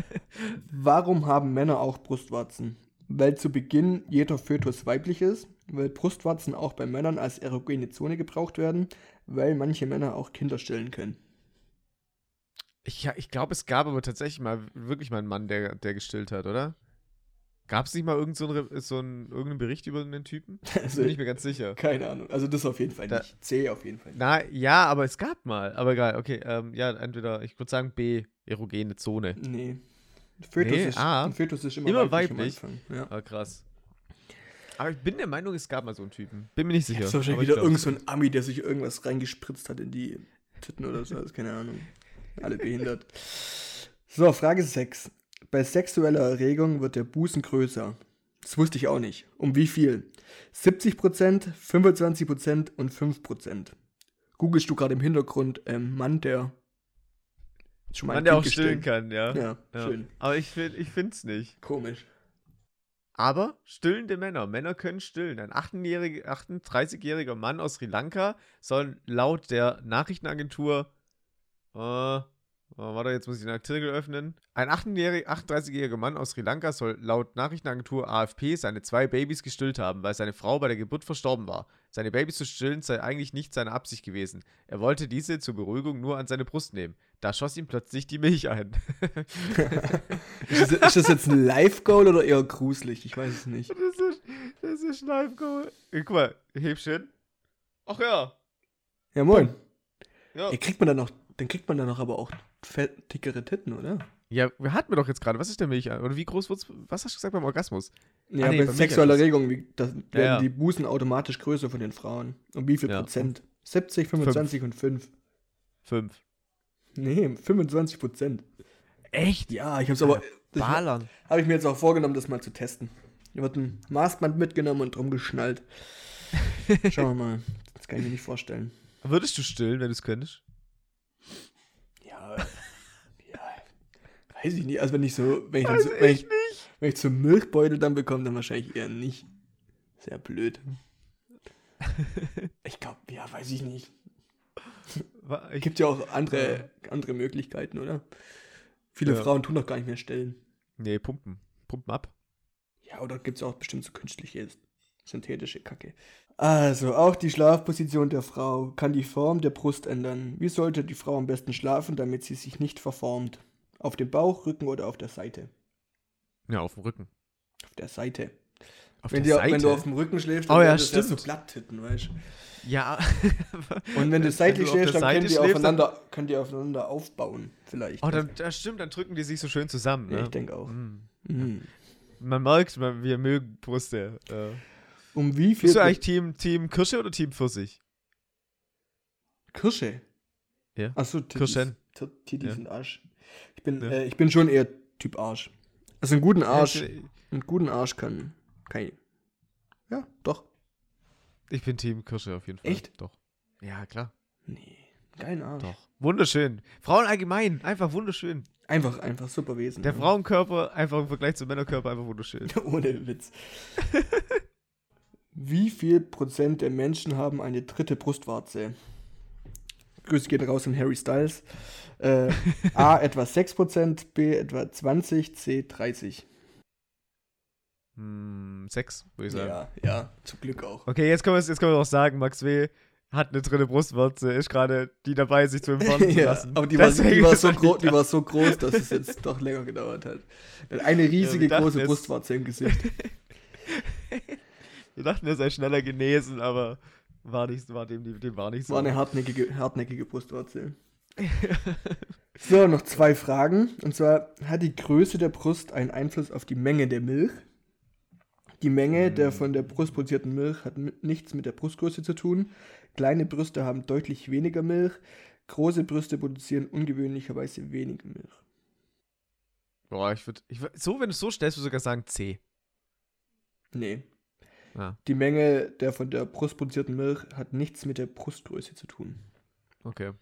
Speaker 2: Warum haben Männer auch Brustwarzen? Weil zu Beginn jeder Fötus weiblich ist, weil Brustwarzen auch bei Männern als erogene Zone gebraucht werden, weil manche Männer auch Kinder stillen können.
Speaker 1: Ich, ja, ich glaube, es gab aber tatsächlich mal wirklich mal einen Mann, der, der gestillt hat, oder? Gab es nicht mal irgend so einen, Re- so einen, irgendeinen Bericht über einen Typen?
Speaker 2: Also,
Speaker 1: Bin ich mir ganz sicher.
Speaker 2: keine Ahnung. Also das auf jeden Fall
Speaker 1: Da-
Speaker 2: nicht. C auf jeden Fall nicht.
Speaker 1: Na, ja, aber es gab mal. Aber egal, okay. Ähm, ja, entweder, ich würde sagen B, erogene Zone.
Speaker 2: Nee. Fötus,
Speaker 1: Nee,
Speaker 2: ist,
Speaker 1: A.
Speaker 2: ein Fötus ist immer,
Speaker 1: Immer
Speaker 2: weiblich. am
Speaker 1: weiblich.
Speaker 2: Anfang, Ja.
Speaker 1: Ah, krass. Ah, Aber ich bin der Meinung, es gab mal so einen Typen. Bin mir nicht sicher.
Speaker 2: Das ist wahrscheinlich
Speaker 1: aber ich
Speaker 2: wieder
Speaker 1: glaub's.
Speaker 2: irgend so ein Ami, der sich irgendwas reingespritzt hat in die Titten oder so. Also keine Ahnung. Alle behindert. So, Frage 6. Bei sexueller Erregung wird der Busen größer. Das wusste ich auch nicht. Um wie viel? 70%, 25% und 5%. Googlest du gerade im Hintergrund ähm, Mann, der schon
Speaker 1: Mann,
Speaker 2: ein
Speaker 1: der
Speaker 2: Kind
Speaker 1: auch stillen
Speaker 2: gestillt.
Speaker 1: kann, ja.
Speaker 2: ne? Ja,
Speaker 1: Ja.
Speaker 2: schön.
Speaker 1: Aber ich, find, ich find's nicht.
Speaker 2: Komisch.
Speaker 1: Aber stillende Männer. Männer können stillen. Ein 38-jähriger 38-jähriger Mann aus Sri Lanka soll laut der Nachrichtenagentur. Äh, oh, warte, jetzt muss ich den Artikel öffnen. Ein 38-jährig- 38-jähriger Mann aus Sri Lanka soll laut Nachrichtenagentur AFP seine zwei Babys gestillt haben, weil seine Frau bei der Geburt verstorben war. Seine Babys zu stillen sei eigentlich nicht seine Absicht gewesen. Er wollte diese zur Beruhigung nur an seine Brust nehmen. Da schoss ihm plötzlich die Milch ein.
Speaker 2: Ist das, ist das jetzt ein Live-Goal oder eher gruselig? Ich weiß es nicht.
Speaker 1: Das ist, das ist live cool. Guck mal, hebst hin. Ach ja.
Speaker 2: Ja, moin.
Speaker 1: Ja,
Speaker 2: Ja, kriegt man dann noch, dann kriegt man dann noch aber auch fett, dickere Titten, oder?
Speaker 1: ja wir hatten wir doch jetzt gerade. Was ist der Milch? Oder wie groß wird's? Was hast du gesagt beim Orgasmus?
Speaker 2: Ja,
Speaker 1: Ah, nee,
Speaker 2: bei
Speaker 1: bei mir
Speaker 2: sexueller
Speaker 1: ist-
Speaker 2: Erregung wie- das werden
Speaker 1: ja.
Speaker 2: die Busen automatisch größer von den Frauen. Um wie viel
Speaker 1: Ja.
Speaker 2: Prozent? 70, 25 und 5.
Speaker 1: Fünf.
Speaker 2: Nee, 25 Prozent.
Speaker 1: Echt?
Speaker 2: Ja, ich hab's
Speaker 1: Äh,
Speaker 2: aber. Das
Speaker 1: Ballern.
Speaker 2: habe ich mir jetzt auch vorgenommen, das mal zu testen. Hier wird ein Maßband mitgenommen und drum geschnallt. Schauen wir mal. Das kann ich mir nicht vorstellen.
Speaker 1: Würdest du stillen, wenn du es könntest?
Speaker 2: Ja. ja. Weiß ich nicht. Also wenn ich so, wenn ich, dann so, wenn ich,
Speaker 1: nicht.
Speaker 2: wenn ich so einen Milchbeutel dann bekomme, dann wahrscheinlich eher nicht. Sehr blöd. Ich glaube, ja, weiß ich nicht.
Speaker 1: Wa- Ich,
Speaker 2: Gibt ja auch andere, andere Möglichkeiten, oder? Viele
Speaker 1: Ja.
Speaker 2: Frauen tun doch gar nicht mehr Stellen.
Speaker 1: nee, pumpen. Pumpen ab.
Speaker 2: Ja, oder gibt es auch bestimmt so künstliche, synthetische Kacke. Also, auch die Schlafposition der Frau kann die Form der Brust ändern. Wie sollte die Frau am besten schlafen, damit sie sich nicht verformt? Auf dem Bauch, Rücken oder auf der Seite?
Speaker 1: Ja, auf dem Rücken.
Speaker 2: Auf der Seite.
Speaker 1: Auf
Speaker 2: wenn,
Speaker 1: der
Speaker 2: dir,
Speaker 1: Seite?
Speaker 2: wenn du auf dem Rücken schläfst,
Speaker 1: Oh ja,
Speaker 2: werden das ja so
Speaker 1: stimmt.
Speaker 2: Blatttitten, weißt du?
Speaker 1: ja.
Speaker 2: Und wenn du seitlich
Speaker 1: auf
Speaker 2: schläfst,
Speaker 1: der
Speaker 2: dann können
Speaker 1: Seite
Speaker 2: die,
Speaker 1: schläfst, dann-
Speaker 2: aufeinander, können die aufeinander aufbauen, vielleicht.
Speaker 1: Oh, dann, das stimmt, dann drücken die sich so schön zusammen.
Speaker 2: Ja,
Speaker 1: Ne?
Speaker 2: ich denk auch.
Speaker 1: Mm.
Speaker 2: Mhm.
Speaker 1: Man merkt, man, wir mögen Brüste. Äh.
Speaker 2: Um wie viel
Speaker 1: Bist du eigentlich Team, Team Kirsche oder Team Pfirsich?
Speaker 2: Kirsche.
Speaker 1: Ja.
Speaker 2: Achso,
Speaker 1: Kirschen.
Speaker 2: Tittis
Speaker 1: Ja.
Speaker 2: und Arsch. Ich bin,
Speaker 1: Ja.
Speaker 2: äh, ich bin schon eher Typ Arsch. Also einen guten Arsch.
Speaker 1: Ich,
Speaker 2: Einen guten Arsch kann. kann ich. Ja, doch.
Speaker 1: ich bin Team Kirsche auf jeden Fall.
Speaker 2: Echt?
Speaker 1: Doch. Ja, klar.
Speaker 2: Nee. Geilen Arsch.
Speaker 1: Doch. Wunderschön. Frauen allgemein, einfach wunderschön.
Speaker 2: Einfach, einfach super Wesen.
Speaker 1: Der Frauenkörper, einfach im Vergleich zum Männerkörper, einfach wunderschön.
Speaker 2: Ohne Witz. Wie viel Prozent der Menschen haben eine dritte Brustwarze? Grüße gehen raus an Harry Styles. Äh, A etwa 6%, B etwa 20, C 30.
Speaker 1: Hm, Sex, würde ich sagen.
Speaker 2: ja, zum Glück auch.
Speaker 1: Okay, jetzt können, wir, jetzt können wir auch sagen, Max W. hat eine dritte Brustwarze, ist gerade die dabei, sich zu entfernen zu
Speaker 2: ja,
Speaker 1: lassen.
Speaker 2: aber die war, die,
Speaker 1: Deswegen
Speaker 2: war
Speaker 1: ist
Speaker 2: so
Speaker 1: er
Speaker 2: gro-
Speaker 1: nicht
Speaker 2: die war so groß, dass es jetzt doch länger gedauert hat. Er hat Eine riesige
Speaker 1: dachten
Speaker 2: große
Speaker 1: jetzt-
Speaker 2: Brustwarze im Gesicht.
Speaker 1: da. Wir dachten, er sei schneller genesen, aber war nicht, war dem, dem, dem war nicht so.
Speaker 2: War eine hartnäckige, hartnäckige Brustwarze. So, noch zwei Fragen. Und zwar, hat die Größe der Brust einen Einfluss auf die Menge der Milch? Die Menge der von der Brust produzierten Milch hat mit, nichts mit der Brustgröße zu tun. Kleine Brüste haben deutlich weniger Milch. Große Brüste produzieren ungewöhnlicherweise wenig Milch.
Speaker 1: Boah, ich würde. Ich, würd- so, wenn du es so stellst, würde ich sogar sagen C.
Speaker 2: Nee.
Speaker 1: Ah.
Speaker 2: Die Menge der von der Brust produzierten Milch hat nichts mit der Brustgröße zu tun.
Speaker 1: Okay.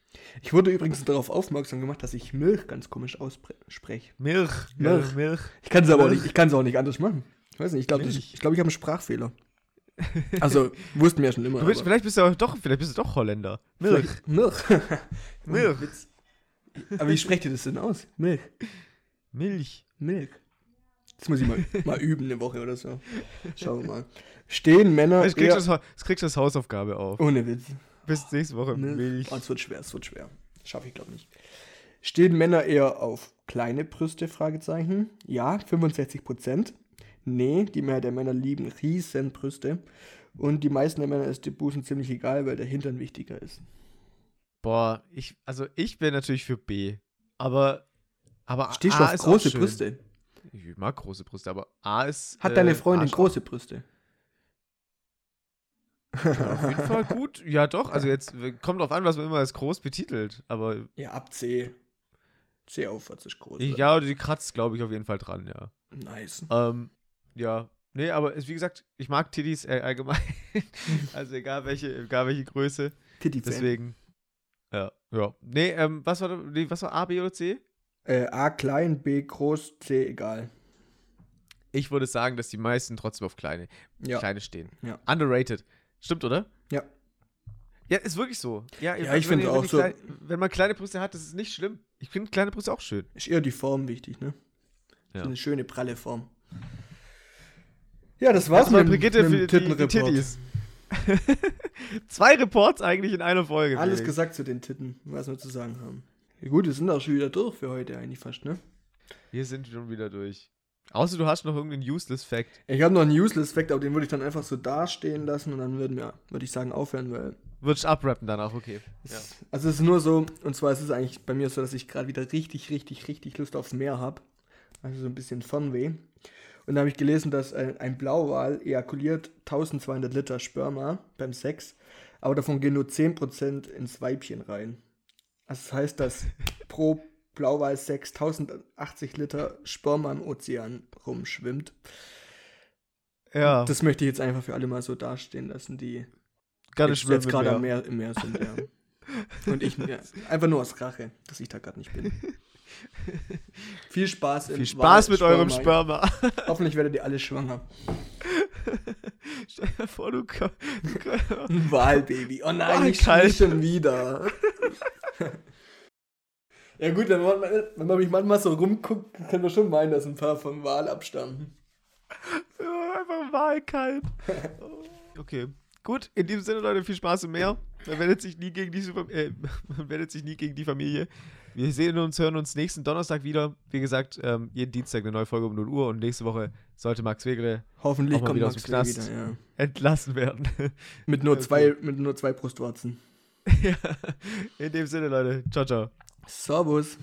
Speaker 2: Ich wurde übrigens darauf aufmerksam gemacht, dass ich Milch ganz komisch ausspreche.
Speaker 1: Milch.
Speaker 2: Milch.
Speaker 1: Milch. Milch.
Speaker 2: Ich kann es aber auch
Speaker 1: Milch.
Speaker 2: nicht, ich kann's auch nicht anders machen. Ich weiß nicht, ich glaube,
Speaker 1: Milch.
Speaker 2: ich, ich, glaub, ich habe einen Sprachfehler. Also, wussten wir ja schon immer.
Speaker 1: Du bist,
Speaker 2: aber-
Speaker 1: vielleicht bist du auch doch, vielleicht bist du doch Holländer. Milch.
Speaker 2: vielleicht- Milch.
Speaker 1: Milch.
Speaker 2: Witz. Aber wie sprecht ihr das denn aus? Milch.
Speaker 1: Milch.
Speaker 2: Milch. Das muss ich mal, mal üben, eine Woche oder so. Schauen wir mal. Stehen Männer.
Speaker 1: Jetzt kriegst du
Speaker 2: eher-
Speaker 1: das, Hau- jetzt kriegst du das Hausaufgabe auf.
Speaker 2: Ohne Witz.
Speaker 1: Bis nächste Woche. Milch.
Speaker 2: Oh, es wird schwer, es wird schwer. Schaffe ich, glaube nicht. Stehen Männer eher auf kleine Brüste? Fragezeichen. Ja, 65 Prozent. Nee, die Mehrheit der Männer lieben riesen Brüste. Und die meisten der Männer ist die Busen ziemlich egal, weil der Hintern wichtiger ist.
Speaker 1: Boah, ich, also ich bin natürlich für B. Aber, aber
Speaker 2: Stehst du
Speaker 1: A
Speaker 2: auf
Speaker 1: Ah, ist auch
Speaker 2: große
Speaker 1: schön.
Speaker 2: Brüste?
Speaker 1: Ich mag große Brüste, aber A ist.
Speaker 2: Hat
Speaker 1: äh,
Speaker 2: deine Freundin
Speaker 1: Arsch-
Speaker 2: große Brüste?
Speaker 1: Ja, auf jeden Fall gut. Ja, doch. Also jetzt äh, kommt drauf an, was man immer als groß betitelt. Aber
Speaker 2: Ja, ab C. C aufwärts ist groß.
Speaker 1: ja, die kratzt, glaube ich, auf jeden Fall dran, ja.
Speaker 2: Nice.
Speaker 1: Ähm, ja. Nee, aber es, wie gesagt, ich mag Titties äh, allgemein. also egal welche, egal welche Größe.
Speaker 2: Titty
Speaker 1: Deswegen. Ja. ja. Nee, ähm, was war da- nee, was war A, B oder C?
Speaker 2: Äh, A klein, B groß, C egal.
Speaker 1: Ich würde sagen, dass die meisten trotzdem auf kleine,
Speaker 2: Ja.
Speaker 1: kleine stehen.
Speaker 2: Ja.
Speaker 1: Underrated. Stimmt, oder?
Speaker 2: Ja.
Speaker 1: Ja, ist wirklich so. Ja,
Speaker 2: Ja,
Speaker 1: wenn-
Speaker 2: ich finde
Speaker 1: wenn-
Speaker 2: auch
Speaker 1: wenn
Speaker 2: so-
Speaker 1: Klein, wenn man kleine Brüste hat, das ist nicht schlimm. Ich finde kleine Brüste auch schön.
Speaker 2: Ist eher die Form wichtig, ne?
Speaker 1: Ja.
Speaker 2: So eine schöne, pralle Form. Ja, das war's
Speaker 1: Erstmal
Speaker 2: mit, dem-
Speaker 1: Brigitte
Speaker 2: mit
Speaker 1: für
Speaker 2: dem
Speaker 1: die, die
Speaker 2: Tittenreport.
Speaker 1: Titties. Zwei Reports eigentlich in einer Folge.
Speaker 2: Alles
Speaker 1: Felix.
Speaker 2: gesagt zu den Titten, was wir zu sagen haben. Ja, gut, wir sind auch schon wieder durch für heute eigentlich fast, ne?
Speaker 1: Wir sind schon wieder durch. Außer du hast noch irgendeinen useless Fact.
Speaker 2: Ich habe noch einen Useless-Fact, aber den würde ich dann einfach so dastehen lassen und dann würden wir, würde ich sagen, aufhören, weil
Speaker 1: Würdest abrappen danach, okay. Ja.
Speaker 2: Es, Also es ist nur so, und zwar ist es eigentlich bei mir so, dass ich gerade wieder richtig, richtig, richtig Lust aufs Meer habe. Also so ein bisschen Fernweh. Und da habe ich gelesen, dass äh, ein, ein Blauwal ejakuliert 1200 Liter Sperma beim Sex, aber davon gehen nur 10% ins Weibchen rein. Also das heißt, dass pro Blauwal 6080 Liter Sperma im Ozean rumschwimmt.
Speaker 1: Ja,
Speaker 2: Das möchte ich jetzt einfach für alle mal so dastehen lassen, die
Speaker 1: kann
Speaker 2: jetzt, jetzt gerade am Meer, im Meer sind, ja. Und ich ja, einfach nur aus Rache, dass ich da gerade nicht bin. Viel Spaß im
Speaker 1: Viel Spaß
Speaker 2: Wahl-
Speaker 1: mit eurem Sperma.
Speaker 2: Hoffentlich werdet ihr alle schwanger.
Speaker 1: Stell dir vor, du komm- du
Speaker 2: Ein Wahlbaby. Oh nein, ich
Speaker 1: Wahlkalb.
Speaker 2: nicht schon wieder. ja gut, wenn man, wenn man mich manchmal so rumguckt, kann man schon meinen, dass ein paar von Wahl abstammen.
Speaker 1: komm- einfach Wahlkalb. Okay, gut. In diesem Sinne, Leute, viel Spaß im Meer. Man wendet sich nie gegen die, Super äh, man wendet sich nie gegen die Familie. Wir sehen uns, hören uns nächsten Donnerstag wieder. Wie gesagt, ähm, jeden Dienstag eine neue Folge um 0 Uhr und nächste Woche sollte Max Wegele
Speaker 2: Hoffentlich
Speaker 1: Auch mal
Speaker 2: kommt
Speaker 1: wieder
Speaker 2: Max
Speaker 1: aus dem
Speaker 2: wieder,
Speaker 1: Knast.
Speaker 2: wieder ja.
Speaker 1: entlassen werden.
Speaker 2: mit, nur
Speaker 1: Okay.
Speaker 2: zwei, mit nur zwei Brustwarzen.
Speaker 1: ja. In dem Sinne, Leute. Ciao, ciao.
Speaker 2: Servus.